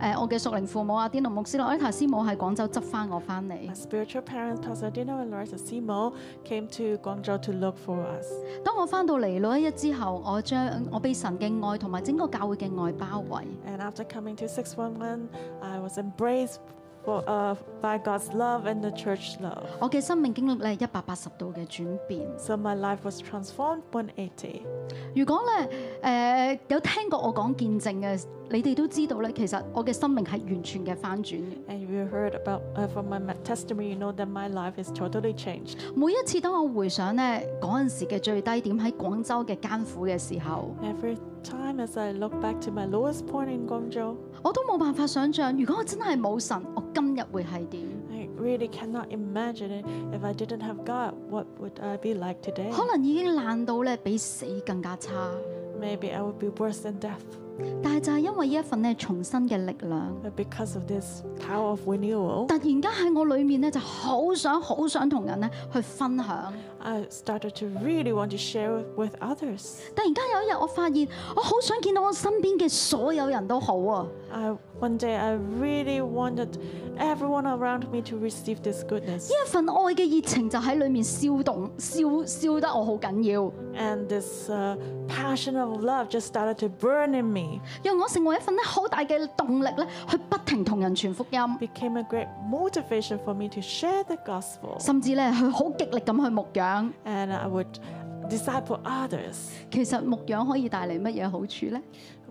[SPEAKER 1] 誒、我嘅屬靈父母啊，啲農牧師、洛伊塔師母喺廣州執翻我翻嚟。
[SPEAKER 2] My spiritual parents, Pastor Dino and Larissa Simo, came to Guangzhou to look for us.
[SPEAKER 1] 當我翻到嚟嗰一日之後，我將我被神嘅愛同埋整個教會嘅愛包圍。
[SPEAKER 2] And after coming to 611, I was embraced for, uh, by God's love and the church love.
[SPEAKER 1] 我嘅生命經歷咧一百八十度嘅轉變。
[SPEAKER 2] So my life was transformed 180.
[SPEAKER 1] 呃如果咧誒、有聽過我講見證嘅你哋都知道咧，其實我嘅生命係完全嘅翻轉嘅。
[SPEAKER 2] And you heard about uh, from my ma- testimony, you know that my life is totally changed.
[SPEAKER 1] 每一次當我回想咧嗰陣時嘅最低點喺廣州嘅艱苦嘅時候，
[SPEAKER 2] Every time as I look back to my lowest point in Guangzhou,
[SPEAKER 1] 我都冇辦法想像，如果我真係冇神，我今日會係點？
[SPEAKER 2] I really cannot imagine it. If I didn't have God, what would I be like today?
[SPEAKER 1] 可能已經爛到咧比死更加差。
[SPEAKER 2] Maybe I would be worse than death.
[SPEAKER 1] 但係就係因為呢一份咧重生嘅力量，
[SPEAKER 2] But because of this power of renewal,
[SPEAKER 1] 突然間喺我裏面咧就好想好想同人咧去分享。
[SPEAKER 2] I started to really want to share with others.
[SPEAKER 1] 突然間有一日我發現，我好想見到我身邊嘅所有人都好啊！
[SPEAKER 2] I, one day I really wanted everyone around me to receive this goodness.
[SPEAKER 1] 呢一份愛嘅熱情就喺裏面燒動，燒燒得我好緊要，
[SPEAKER 2] And this uh, passion of love just started to burn in me.
[SPEAKER 1] 讓我成為一份咧好大嘅動力咧，去不停同人傳福音，
[SPEAKER 2] became a great motivation for me to share the gospel
[SPEAKER 1] 甚至咧去好極力咁去牧養。
[SPEAKER 2] and I would disciple others.
[SPEAKER 1] 其實牧養可以帶嚟乜嘢好處呢？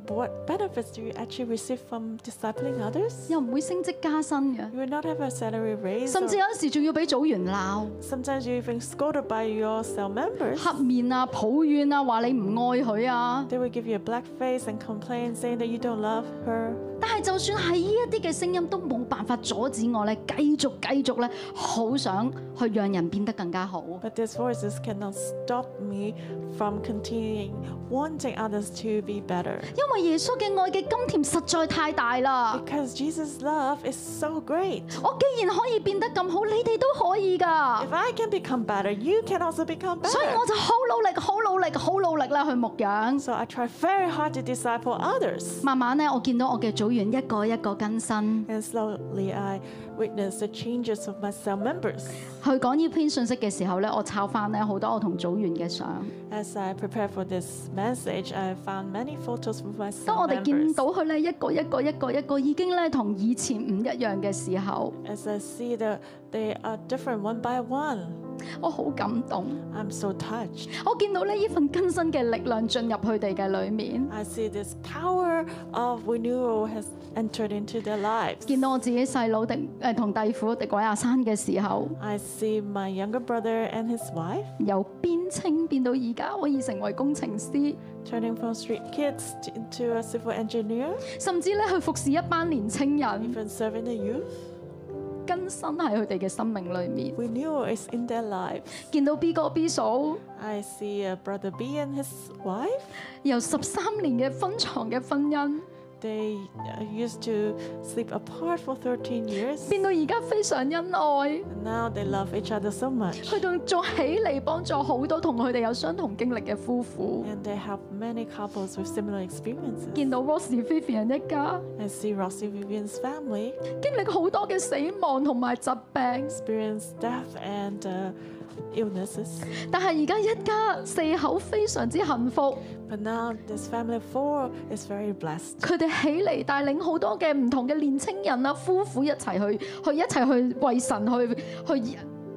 [SPEAKER 2] What benefits do you actually receive from discipling others?
[SPEAKER 1] 又唔會升職加薪嘅，
[SPEAKER 2] You will not have a salary raise.
[SPEAKER 1] 甚至
[SPEAKER 2] or-
[SPEAKER 1] 有時仲要俾組員鬧、
[SPEAKER 2] sometimes you even scolded by your cell members.
[SPEAKER 1] 黑面啊、抱怨啊，話你唔愛佢啊。
[SPEAKER 2] They will give you a black face and complain, saying that you don't love her.
[SPEAKER 1] 但係就算係呢一啲嘅聲音，都冇辦法阻止我咧，繼續繼續咧，好想去讓人變得更加好。
[SPEAKER 2] But these voices cannot stop me from continuing wanting others to be better.
[SPEAKER 1] 因為耶穌嘅愛嘅甘甜實在太大啦！
[SPEAKER 2] Because Jesus' love is so great.
[SPEAKER 1] 我既然可以變得咁好，你哋都可以㗎
[SPEAKER 2] If。I can become better, you can also become
[SPEAKER 1] 所以
[SPEAKER 2] better.
[SPEAKER 1] 我就好努力、好努力、好努力啦去牧養。
[SPEAKER 2] So I try very hard to disciple others.
[SPEAKER 1] 慢慢咧，我見到我嘅組員一個一個更新。
[SPEAKER 2] And slowly I witness the changes of my cell members.
[SPEAKER 1] 去講呢篇信息嘅時候咧，我抄翻咧好多我同組員嘅相。
[SPEAKER 2] As I prepare for this message, I found many photos of my
[SPEAKER 1] 當
[SPEAKER 2] cell
[SPEAKER 1] 我哋見
[SPEAKER 2] members.
[SPEAKER 1] 到佢咧一個一個一個一個已經咧同以前唔一樣嘅時候，
[SPEAKER 2] As I see that they are different one by one,
[SPEAKER 1] 我好感動。
[SPEAKER 2] I'm so touched.
[SPEAKER 1] 我見到咧呢份更新嘅力量進入佢哋嘅裏面，
[SPEAKER 2] I see this power of renewal has entered into their lives.
[SPEAKER 1] 見到我自己細佬迪誒同弟婦迪鬼亞山嘅時候，
[SPEAKER 2] I see my younger brother and his wife
[SPEAKER 1] 由邊青變到而家可以成為工程師，
[SPEAKER 2] turning from street kids to, into a civil engineer,
[SPEAKER 1] 甚至咧去服侍一班年青人。
[SPEAKER 2] even serving the youth.
[SPEAKER 1] 更新喺佢哋嘅生命裏面，
[SPEAKER 2] Renewal is in their lives.
[SPEAKER 1] 見到 B 哥 B 嫂
[SPEAKER 2] I see uh, brother B and his wife.
[SPEAKER 1] 由十三年嘅分床嘅婚姻，
[SPEAKER 2] They uh, used to sleep apart for 13 years.
[SPEAKER 1] 變到而家非常恩愛。
[SPEAKER 2] And now they love each other so much.
[SPEAKER 1] 去到做起嚟幫助好多同佢哋有相同經歷嘅夫婦。
[SPEAKER 2] And they help many couples with similar experiences.
[SPEAKER 1] 見到 Ross i Vivian 一家
[SPEAKER 2] I see Rossi Vivian's family
[SPEAKER 1] 經歷好多嘅死亡同埋疾病，
[SPEAKER 2] experience death and uh, illnesses.
[SPEAKER 1] 但係而家一家四口非常之幸福。
[SPEAKER 2] But now this family of four is very blessed.
[SPEAKER 1] 佢哋起嚟帶領好多嘅唔同嘅年青人啊、夫婦一齊去去一齊去為神去去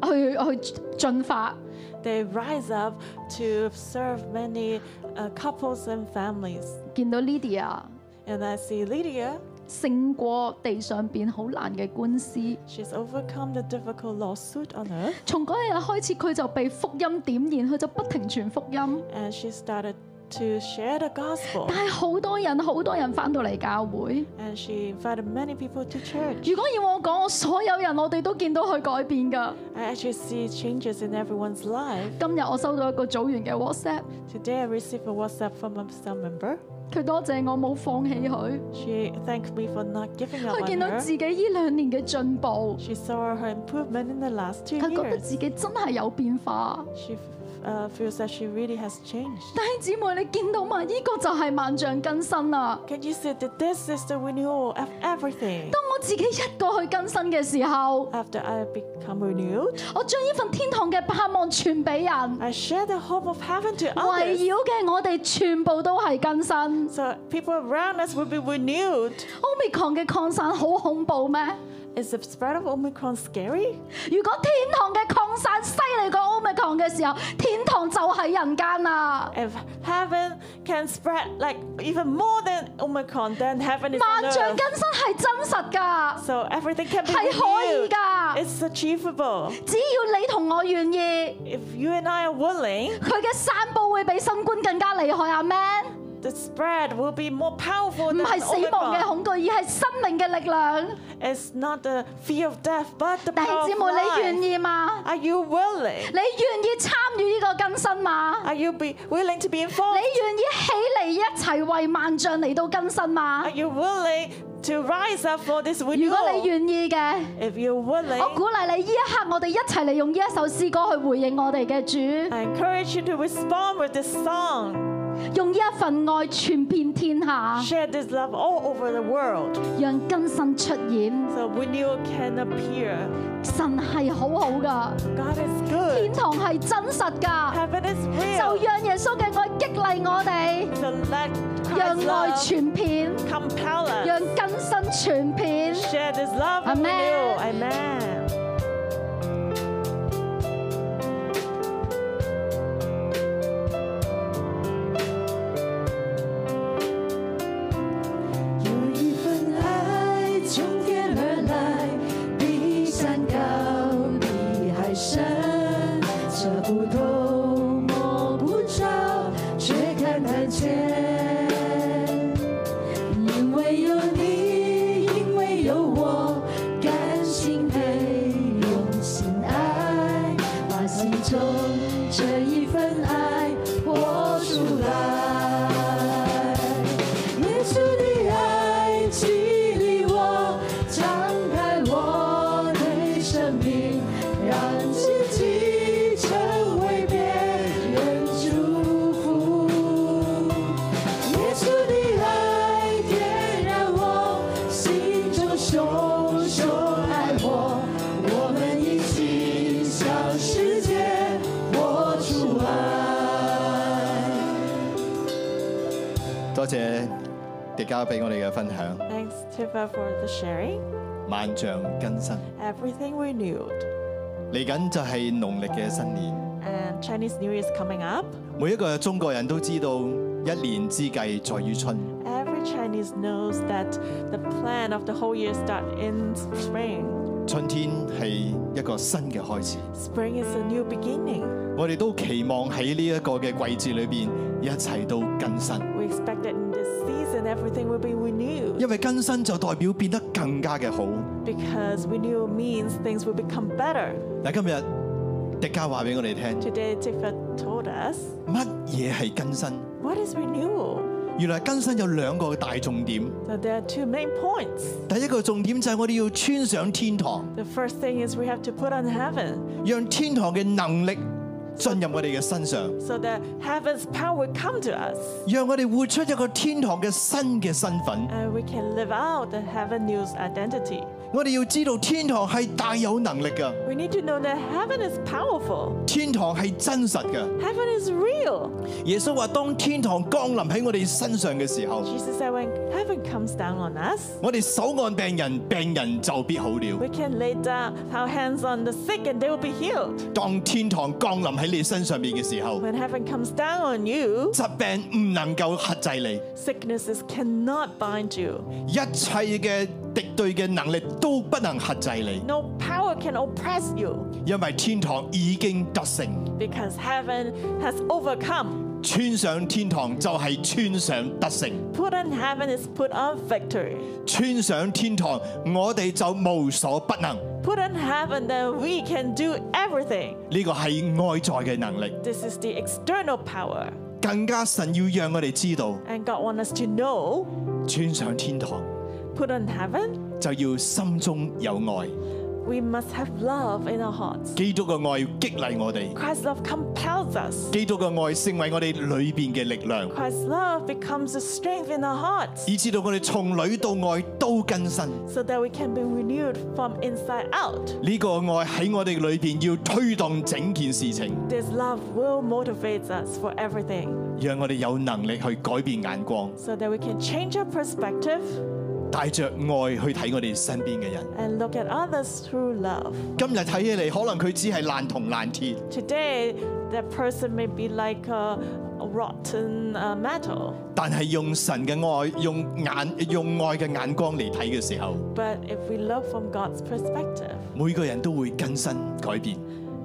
[SPEAKER 1] 去去進化。
[SPEAKER 2] They rise up to serve many uh, couples and families.
[SPEAKER 1] 見到 Lydia。
[SPEAKER 2] And I see Lydia,
[SPEAKER 1] 勝過地上邊好難嘅官司，
[SPEAKER 2] she's overcome the difficult lawsuit on earth.
[SPEAKER 1] 從嗰一日開始，佢就被福音點燃，佢就不停傳福音。
[SPEAKER 2] and she started to share the gospel
[SPEAKER 1] 但係好多人好多人翻到嚟教會。
[SPEAKER 2] and she invited many people to church
[SPEAKER 1] 如果要我講，我所有人我哋都見到佢改變㗎。
[SPEAKER 2] i actually see changes in everyone's life
[SPEAKER 1] 今日我收到一個組員嘅 WhatsApp，
[SPEAKER 2] today i received a whatsapp from a cell member
[SPEAKER 1] 佢多謝我冇放棄佢。
[SPEAKER 2] she thanked me for not giving up
[SPEAKER 1] 佢
[SPEAKER 2] on
[SPEAKER 1] 見到
[SPEAKER 2] her
[SPEAKER 1] 自己呢兩年嘅進步，
[SPEAKER 2] she saw her improvement in the last two
[SPEAKER 1] 佢覺得
[SPEAKER 2] years
[SPEAKER 1] 自己真係有變化。
[SPEAKER 2] she uh, feels that she really has changed
[SPEAKER 1] 弟兄姊妹，你見到嘛？呢、個就係萬象更新啦。
[SPEAKER 2] can you see that this is the renewal of everything
[SPEAKER 1] 當我自己一個去更新嘅時候，
[SPEAKER 2] after i become renewed
[SPEAKER 1] 我將呢份天堂嘅盼望傳俾人。
[SPEAKER 2] i share the hope of heaven to
[SPEAKER 1] 圍
[SPEAKER 2] others
[SPEAKER 1] 繞嘅我哋全部都係更新。
[SPEAKER 2] so people around us will be renewed
[SPEAKER 1] Omicron 嘅擴散好恐怖咩？
[SPEAKER 2] Is the spread of Omicron scary?
[SPEAKER 1] 如果天堂嘅擴散犀利過 Omicron 嘅時候，天堂就係人間啦。
[SPEAKER 2] If heaven can spread like even more than Omicron, then heaven is on
[SPEAKER 1] 萬象
[SPEAKER 2] earth.
[SPEAKER 1] 更新係真實㗎，
[SPEAKER 2] So everything can be
[SPEAKER 1] 係可以
[SPEAKER 2] renewed.
[SPEAKER 1] 㗎。
[SPEAKER 2] It's achievable.
[SPEAKER 1] 只要你同我願意，
[SPEAKER 2] If you and I are willing,
[SPEAKER 1] 佢嘅散佈會比新冠更加厲害啊！Man，
[SPEAKER 2] the spread will be more powerful
[SPEAKER 1] 唔
[SPEAKER 2] than
[SPEAKER 1] 係死亡嘅
[SPEAKER 2] Omicron.
[SPEAKER 1] 恐懼，而係生命嘅力量。
[SPEAKER 2] It's not the fear of death, but the
[SPEAKER 1] 弟
[SPEAKER 2] power
[SPEAKER 1] 兄姊
[SPEAKER 2] of
[SPEAKER 1] 妹，你願
[SPEAKER 2] life.
[SPEAKER 1] 意嘛？
[SPEAKER 2] Are you willing?
[SPEAKER 1] 你願意參與呢個更新嘛？
[SPEAKER 2] Are you be willing to be
[SPEAKER 1] 你
[SPEAKER 2] involved?
[SPEAKER 1] 願意起嚟一齊為萬象嚟到更新嘛
[SPEAKER 2] Are？you willing to rise up for this
[SPEAKER 1] 如果你
[SPEAKER 2] renewal?
[SPEAKER 1] 願意嘅。
[SPEAKER 2] If you're
[SPEAKER 1] 我
[SPEAKER 2] willing,
[SPEAKER 1] 鼓勵你呢一刻，我哋一齊嚟用呢一首詩歌去回應我哋嘅主，
[SPEAKER 2] I encourage you to respond with this song.
[SPEAKER 1] 用呢一份愛傳遍天下，
[SPEAKER 2] Share this love all over the world
[SPEAKER 1] 讓更新出現。
[SPEAKER 2] so renewal can appear.
[SPEAKER 1] 神係好好噶，
[SPEAKER 2] God is
[SPEAKER 1] 天
[SPEAKER 2] good.
[SPEAKER 1] 堂係真實噶，
[SPEAKER 2] Heaven is
[SPEAKER 1] 就
[SPEAKER 2] real.
[SPEAKER 1] 讓耶穌嘅愛激勵我哋，
[SPEAKER 2] So let
[SPEAKER 1] 讓
[SPEAKER 2] Christ's
[SPEAKER 1] 愛
[SPEAKER 2] love
[SPEAKER 1] 傳遍，
[SPEAKER 2] compel
[SPEAKER 1] 讓
[SPEAKER 2] us.
[SPEAKER 1] 更新傳遍。
[SPEAKER 2] Share this love and
[SPEAKER 1] Amen.
[SPEAKER 2] renewal. Amen. Thanks, Tifa, for the sharing.
[SPEAKER 7] 萬象更新，
[SPEAKER 2] Everything renewed.
[SPEAKER 7] 嚟緊就係農曆嘅新年。
[SPEAKER 2] And Chinese New Year is coming up.
[SPEAKER 7] 每一個中國人都知道，一年之計在於春。
[SPEAKER 2] Every Chinese knows that the plan of the whole year starts in spring.
[SPEAKER 7] 春天係一個新嘅開始。
[SPEAKER 2] Spring is a new beginning.
[SPEAKER 7] 我哋都期望喺呢一個嘅季節裏邊，一切都更新。
[SPEAKER 2] We expect that in this season everything will be renewed
[SPEAKER 7] 因為更新就代表變得更加嘅好。
[SPEAKER 2] because renewal means things will become better.
[SPEAKER 7] 嗱，今日迪迦話俾我哋聽，
[SPEAKER 2] Today, Tifa told us
[SPEAKER 7] 乜嘢係更新？
[SPEAKER 2] what is renewal?
[SPEAKER 7] 原來更新有兩個大重點。
[SPEAKER 2] So there are two main points.
[SPEAKER 7] 第一個重點就係我哋要穿上天堂，
[SPEAKER 2] The first thing is we have to put on heaven
[SPEAKER 7] 讓天堂嘅能力進入我哋嘅身上，
[SPEAKER 2] so that heaven's power will come to us
[SPEAKER 7] 讓我哋活出一個天堂嘅新嘅身份。
[SPEAKER 2] and we can live out the heaven news identity.
[SPEAKER 7] 我哋要知道天堂係大有能力嘅，
[SPEAKER 2] We need to know that heaven is powerful.
[SPEAKER 7] 天堂係真實嘅。
[SPEAKER 2] Heaven is real.
[SPEAKER 7] 耶穌話：當天堂降臨喺我哋身上嘅時候，
[SPEAKER 2] Jesus said, when heaven comes down on us,
[SPEAKER 7] 我哋手按病人，病人就必好了。
[SPEAKER 2] we can lay down our hands on the sick and they will be healed.
[SPEAKER 7] 當天堂降臨喺你身上面嘅時候，
[SPEAKER 2] When heaven comes down on you,
[SPEAKER 7] 疾病唔能夠克制你，
[SPEAKER 2] sicknesses cannot bind you.
[SPEAKER 7] 一切嘅敵對嘅能力都不能克制你，
[SPEAKER 2] No power can oppress you
[SPEAKER 7] 因為天堂已經得勝。
[SPEAKER 2] because heaven has overcome.
[SPEAKER 7] 穿上天堂就係穿上得勝，
[SPEAKER 2] Put on heaven is put on victory.
[SPEAKER 7] 穿上天堂我哋就無所不能。
[SPEAKER 2] Put on heaven, then we can do everything.
[SPEAKER 7] 呢個係外在嘅能力，
[SPEAKER 2] This is the external power.
[SPEAKER 7] 更加神要讓我哋知道，
[SPEAKER 2] And God wants us to know
[SPEAKER 7] 穿上天堂
[SPEAKER 2] put on heaven,
[SPEAKER 7] 就要心中有愛。
[SPEAKER 2] we must have love in our hearts.
[SPEAKER 7] 基督嘅愛激勵我哋，
[SPEAKER 2] Christ's love compels us.
[SPEAKER 7] 基督嘅愛成為我哋裏邊嘅力量。
[SPEAKER 2] Christ's love becomes a strength in our hearts
[SPEAKER 7] 以至到我哋從裏到外都更新。呢、
[SPEAKER 2] so that we can be renewed from inside out.
[SPEAKER 7] 個愛喺我哋裏邊要推動整件事情，
[SPEAKER 2] This love will motivate us for everything
[SPEAKER 7] 讓我哋有能力去改變眼光。
[SPEAKER 2] so that we can change our perspective.
[SPEAKER 7] 帶着愛去睇我哋身邊嘅人。
[SPEAKER 2] and look at others through love.
[SPEAKER 7] 今日睇起嚟，可能佢只係爛銅爛鐵，
[SPEAKER 2] Today, that person may be like a rotten uh, metal,
[SPEAKER 7] 但係用神嘅愛、用眼、用愛嘅眼光嚟睇嘅時候，
[SPEAKER 2] but if we look from God's perspective,
[SPEAKER 7] 每個人都會更新改變，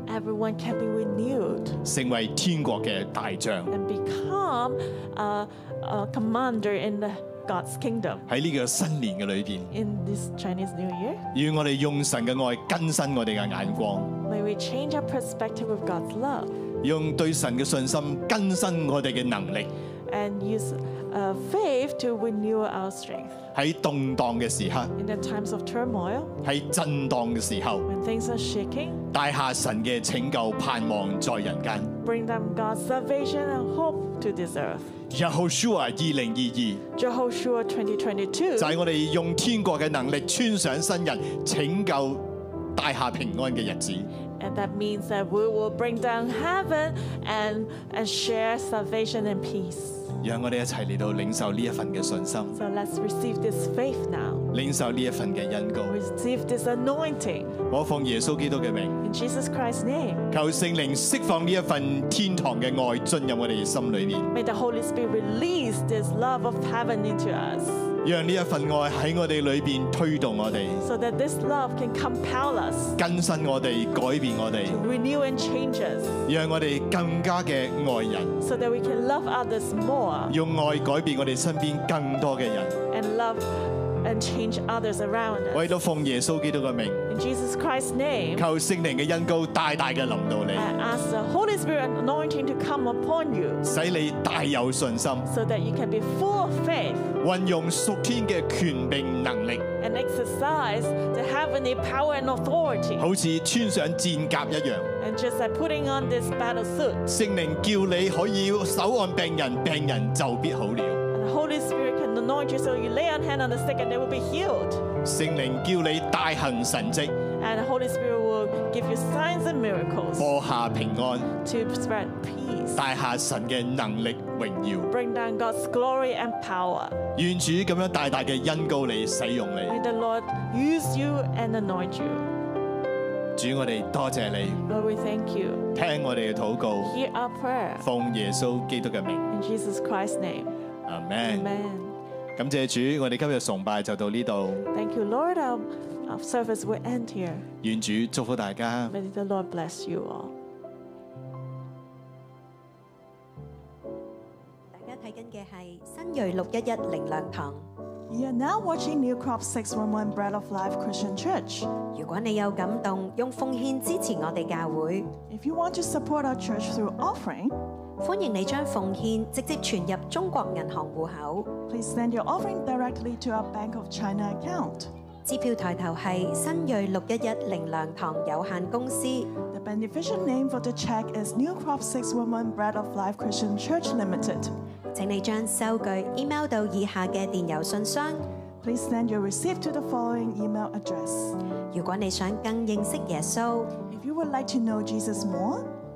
[SPEAKER 2] everyone can be renewed
[SPEAKER 7] 成為天國嘅大將。
[SPEAKER 2] and become a, a commander in the God's kingdom.
[SPEAKER 7] 喺呢個新年嘅裏邊，
[SPEAKER 2] In this Chinese New Year,
[SPEAKER 7] 要我哋用神嘅愛更新我哋嘅眼光，
[SPEAKER 2] may we change our perspective with God's love
[SPEAKER 7] 用對神嘅信心更新我哋嘅能力。
[SPEAKER 2] and use uh, faith to renew our strength
[SPEAKER 7] 喺動盪嘅時刻，
[SPEAKER 2] in the times of turmoil
[SPEAKER 7] 喺震盪嘅時候，
[SPEAKER 2] when things are shaking.
[SPEAKER 7] 帶下神嘅拯救盼望在人間。
[SPEAKER 2] Bring them God's salvation and hope to this earth.
[SPEAKER 7] Yahoshua 二零二
[SPEAKER 2] Jehoshua 2022.
[SPEAKER 7] 二就係我哋用天國嘅能力穿上新人，拯救帶下平安嘅日子。
[SPEAKER 2] And that means that we will bring down heaven and, and share salvation and peace.
[SPEAKER 7] 讓我哋一齊嚟到領受呢一份嘅信心，
[SPEAKER 2] So let's receive this faith now.
[SPEAKER 7] 領受呢一份嘅恩膏。
[SPEAKER 2] Receive this anointing
[SPEAKER 7] 我奉耶穌基督嘅名，
[SPEAKER 2] in Jesus Christ's name.
[SPEAKER 7] 求聖靈釋放呢一份天堂嘅愛進入我哋心裏面，
[SPEAKER 2] May the Holy Spirit release this love of heaven into us
[SPEAKER 7] 讓呢一份愛喺我哋裏面推動我哋，
[SPEAKER 2] so that this love can compel us
[SPEAKER 7] 更新我哋，改變我哋
[SPEAKER 2] to，renew and change us
[SPEAKER 7] 讓我哋更加嘅愛人，
[SPEAKER 2] so that we can love others more
[SPEAKER 7] 用愛改變我哋身邊更多嘅人。
[SPEAKER 2] and love and change others around
[SPEAKER 7] 我亦
[SPEAKER 2] us.
[SPEAKER 7] 都奉耶穌基督嘅名。
[SPEAKER 2] In Jesus Christ's name,
[SPEAKER 7] 求聖靈嘅恩膏大大嘅臨到你
[SPEAKER 2] I，ask the Holy Spirit anointing to come upon you.
[SPEAKER 7] 使你大有信心，
[SPEAKER 2] so that you can be full of faith
[SPEAKER 7] 運用屬天嘅權柄能力，
[SPEAKER 2] and exercise the heavenly power and authority.
[SPEAKER 7] 好似穿上戰甲一樣。
[SPEAKER 2] And just like putting on this battle suit,
[SPEAKER 7] 聖靈叫你可以手按病人，病人就必好了。
[SPEAKER 2] and the Holy Spirit can anoint you so you lay on hand on the sick and they will be healed.
[SPEAKER 7] 聖靈叫你大行神蹟，
[SPEAKER 2] And the Holy Spirit will give you signs and miracles
[SPEAKER 7] 播下平安，
[SPEAKER 2] to spread peace,
[SPEAKER 7] 帶下神嘅能力榮耀。
[SPEAKER 2] bring down God's glory and power.
[SPEAKER 7] 願主咁樣大大嘅恩膏你，使用你。
[SPEAKER 2] May the Lord use you and anoint you.
[SPEAKER 7] 主，我哋多謝你，
[SPEAKER 2] Lord, we thank you.
[SPEAKER 7] 聽我哋嘅禱告，
[SPEAKER 2] Hear our prayer
[SPEAKER 7] 奉耶穌基督嘅名，
[SPEAKER 2] in Jesus Christ's name.
[SPEAKER 7] 阿門。
[SPEAKER 2] Amen.
[SPEAKER 7] 感謝主，我哋今日崇拜就到呢度。
[SPEAKER 2] Thank you, Lord. Our, our service will end here.
[SPEAKER 7] 願主祝福大家。
[SPEAKER 2] May the Lord bless you all.
[SPEAKER 8] 大家睇緊嘅係新锐六一一靈糧堂。
[SPEAKER 9] You are now watching New Crop 611 Bread of Life Christian Church.
[SPEAKER 8] 如果你有感動，用奉獻支持我哋教會，
[SPEAKER 9] If you want to support our church through offering,
[SPEAKER 8] 歡迎你將奉獻直接存入中國銀行户口。
[SPEAKER 9] please send your offering directly to our Bank of China account.
[SPEAKER 8] 支票抬頭係新锐六一一靈糧堂有限公司，
[SPEAKER 9] The beneficial name for the check is New Crop 611 Bread of Life Christian Church Limited.
[SPEAKER 8] 請你將收據 email 到以下嘅電郵信箱。
[SPEAKER 9] Please send your receipt to the following email address.
[SPEAKER 8] 如果你想更認識耶穌，
[SPEAKER 9] If you would like to know Jesus more,